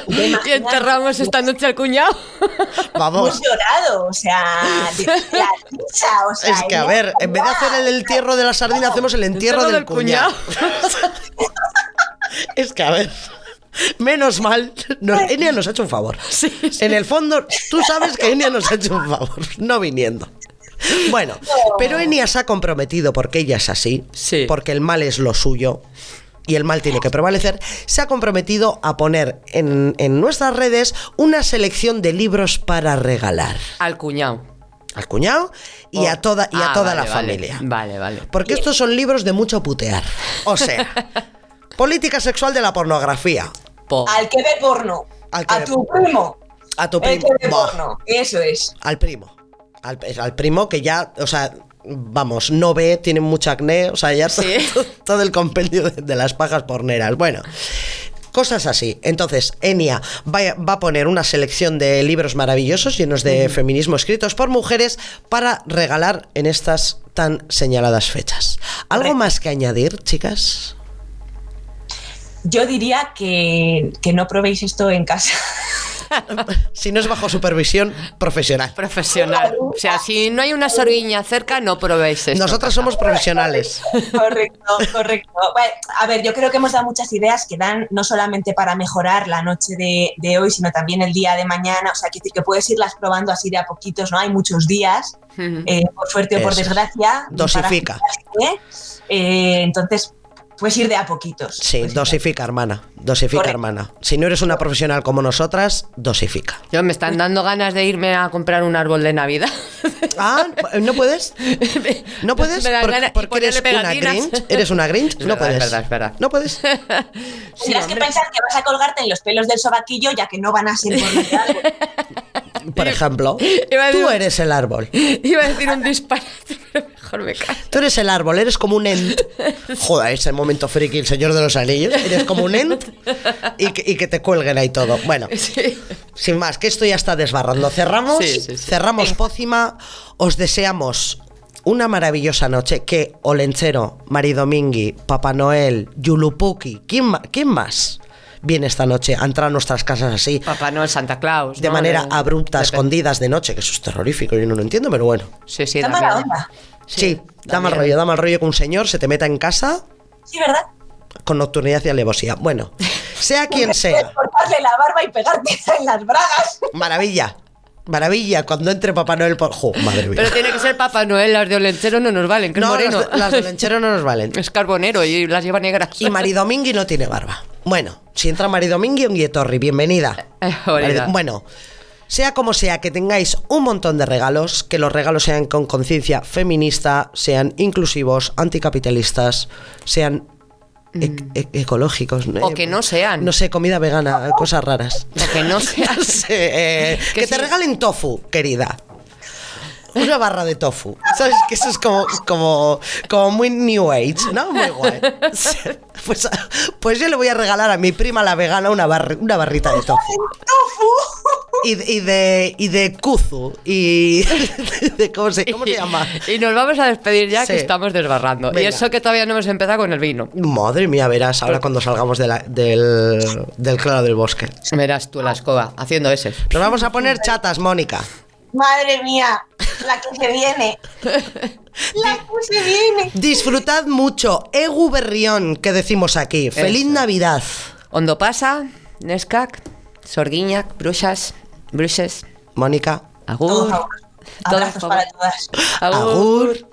Speaker 3: y enterramos esta noche al cuñado.
Speaker 2: vamos.
Speaker 4: Hemos llorado, o sea, de- de la risa, o sea.
Speaker 2: Es que, a
Speaker 4: ella-
Speaker 2: ver, en vez de hacer el entierro de la sardina, hacemos Pues, el entierro
Speaker 3: entierro
Speaker 2: del
Speaker 3: del
Speaker 2: cuñado. es que, a ver, menos mal, nos, Enia nos ha hecho un favor. En el fondo, tú sabes que Enia nos ha hecho un favor, no viniendo. Bueno, pero Enia se ha comprometido porque ella es así,
Speaker 3: Sí.
Speaker 2: porque el mal es lo suyo y el mal tiene que prevalecer. Se ha comprometido a poner en, en nuestras redes una selección de libros para regalar
Speaker 3: Al cuñado.
Speaker 2: al cuñado y a toda, y a
Speaker 3: Ah,
Speaker 2: toda
Speaker 3: vale,
Speaker 2: la
Speaker 3: vale.
Speaker 2: familia.
Speaker 3: Vale, vale.
Speaker 2: Porque estos son libros de mucho putear. O sea, política sexual de la pornografía.
Speaker 3: Po-
Speaker 4: Al que ve porno.
Speaker 2: Al que
Speaker 4: a
Speaker 2: ve
Speaker 4: tu
Speaker 2: porno.
Speaker 4: primo.
Speaker 2: A tu
Speaker 4: El
Speaker 2: primo.
Speaker 4: que ve
Speaker 2: Buah,
Speaker 4: porno. Eso es.
Speaker 2: al primo. Al, es al primo que ya, o sea, vamos, no ve, tiene mucha acné, o sea, ya
Speaker 3: Sí.
Speaker 2: todo, todo el compendio de, de las pajas porneras. Bueno. Cosas así. Entonces, Enia va, a- va a poner una selección de libros maravillosos llenos de feminismo escritos por mujeres para regalar en estas tan señaladas fechas. ¿Algo
Speaker 4: Correcto.
Speaker 2: más que añadir, chicas?
Speaker 4: Yo diría que, que no probéis esto en casa.
Speaker 2: Si no es bajo supervisión profesional.
Speaker 3: Profesional. O sea, si no hay una soriña cerca, no probéis esto.
Speaker 2: Nosotras somos profesionales.
Speaker 4: Correcto, correcto. Bueno, a ver, yo creo que hemos dado muchas ideas que dan no solamente para mejorar la noche de, de hoy, sino también el día de mañana. O sea, quiero decir que puedes irlas probando así de a poquitos, ¿no? Hay muchos días,
Speaker 3: Ujú.
Speaker 4: eh, por suerte o por
Speaker 2: Eso es.
Speaker 4: desgracia.
Speaker 2: Dosifica.
Speaker 4: para- ¿eh? Eh, entonces, puedes ir de a poquitos.
Speaker 2: Sí,
Speaker 4: Pues,
Speaker 2: dosifica, hermana. Dosifica,
Speaker 4: Correcto.
Speaker 2: hermana. Si no eres una profesional como nosotras, dosifica.
Speaker 3: Yo me están dando ganas de irme a comprar un árbol de Navidad.
Speaker 2: Ah, ¿no puedes? ¿No puedes?
Speaker 3: Me dan
Speaker 2: Porque-
Speaker 3: ganas y
Speaker 2: porque
Speaker 3: ponerle
Speaker 2: eres una
Speaker 3: pegatinas.
Speaker 2: Grinch. ¿Eres una Grinch?
Speaker 3: Es
Speaker 2: No
Speaker 3: verdad, es
Speaker 2: puedes.
Speaker 3: verdad, es verdad.
Speaker 2: No puedes.
Speaker 4: Tendrás que pensar que vas a colgarte en los pelos del sobaquillo, ya que no van a ser por natural.
Speaker 2: Por ejemplo,
Speaker 3: Iba a decir-
Speaker 2: tú eres el árbol.
Speaker 3: Iba a decir un disparate, pero mejor me callo.
Speaker 2: Tú eres el árbol, eres como un ent. Joder, ese momento friki, el señor de los anillos. Eres como un ent y que, y que te cuelguen ahí todo. Bueno,
Speaker 3: Sí.
Speaker 2: sin más, que esto ya está desbarrando. Cerramos,
Speaker 3: Sí, sí, sí.
Speaker 2: cerramos pócima. Os deseamos una maravillosa noche. Que Olenchero, Maridomingui, Papá Noel, Yulupuki, ¿quién, ma- quién más viene esta noche a entrar a nuestras casas así?
Speaker 3: Papá Noel, Santa Claus.
Speaker 2: De
Speaker 3: ¿no?
Speaker 2: manera abrupta,
Speaker 3: de-
Speaker 2: escondidas de noche, que eso es terrorífico, yo no lo entiendo, pero bueno.
Speaker 3: Sí, sí,
Speaker 4: Está
Speaker 3: también.
Speaker 4: mala onda.
Speaker 2: Sí, da
Speaker 3: también.
Speaker 2: mal rollo, da mal rollo que un señor se te meta en casa
Speaker 4: Sí, ¿verdad?
Speaker 2: con nocturnidad y alevosía. Bueno, sea quien sea,
Speaker 4: Puedes cortarle la barba y pegarte en las bragas.
Speaker 2: maravilla, maravilla, cuando entre Papá Noel por... ¡Jo, madre mía!
Speaker 3: Pero tiene que ser Papá Noel, las de Olenchero no nos valen, que es
Speaker 2: no,
Speaker 3: moreno.
Speaker 2: las, de- las del lenchero no nos valen.
Speaker 3: Es carbonero y las lleva negras.
Speaker 2: Y Maridomingui no tiene barba. Bueno, si entra Maridomingui, un guietorri, bienvenida.
Speaker 3: Eh, hola.
Speaker 2: Bueno, sea como sea, que tengáis un montón de regalos, que los regalos sean con conciencia feminista, sean inclusivos, anticapitalistas, sean ec- ec- ecológicos.
Speaker 3: Mm. O que no sean.
Speaker 2: No sé, comida vegana, cosas raras.
Speaker 3: O que no sea.
Speaker 2: No sé, eh,
Speaker 3: Que
Speaker 2: que te
Speaker 3: sí.
Speaker 2: regalen tofu, querida. Una barra de tofu. ¿Sabes? Que eso es como, como, como muy new age, ¿no? Muy guay. Sí. Pues, pues yo le voy a regalar a mi prima la vegana una, barri- una barrita de tofu. Y, de- y de, y de kuzu. Y de, ¿cómo, se, ¿Cómo se llama?
Speaker 3: Y nos vamos a despedir ya que
Speaker 2: Sí.
Speaker 3: estamos desbarrando. Y
Speaker 2: Venga.
Speaker 3: eso que todavía no hemos empezado con el vino.
Speaker 2: Madre mía, verás ahora cuando salgamos de la- del, del claro del bosque.
Speaker 3: Verás tú la escoba haciendo ese.
Speaker 2: Nos vamos a poner chatas, Mónica.
Speaker 4: Madre mía, la que se viene. La que se viene.
Speaker 2: Disfrutad mucho. Egu Berrión, que decimos aquí. Feliz Navidad.
Speaker 3: Hondo pasa, Nescac, Sorguiñac, Bruxas, Bruxes,
Speaker 2: Mónica.
Speaker 3: Agur.
Speaker 4: Todo favor.
Speaker 3: Todo
Speaker 4: Abrazos
Speaker 3: favor.
Speaker 4: para todas.
Speaker 2: Agur.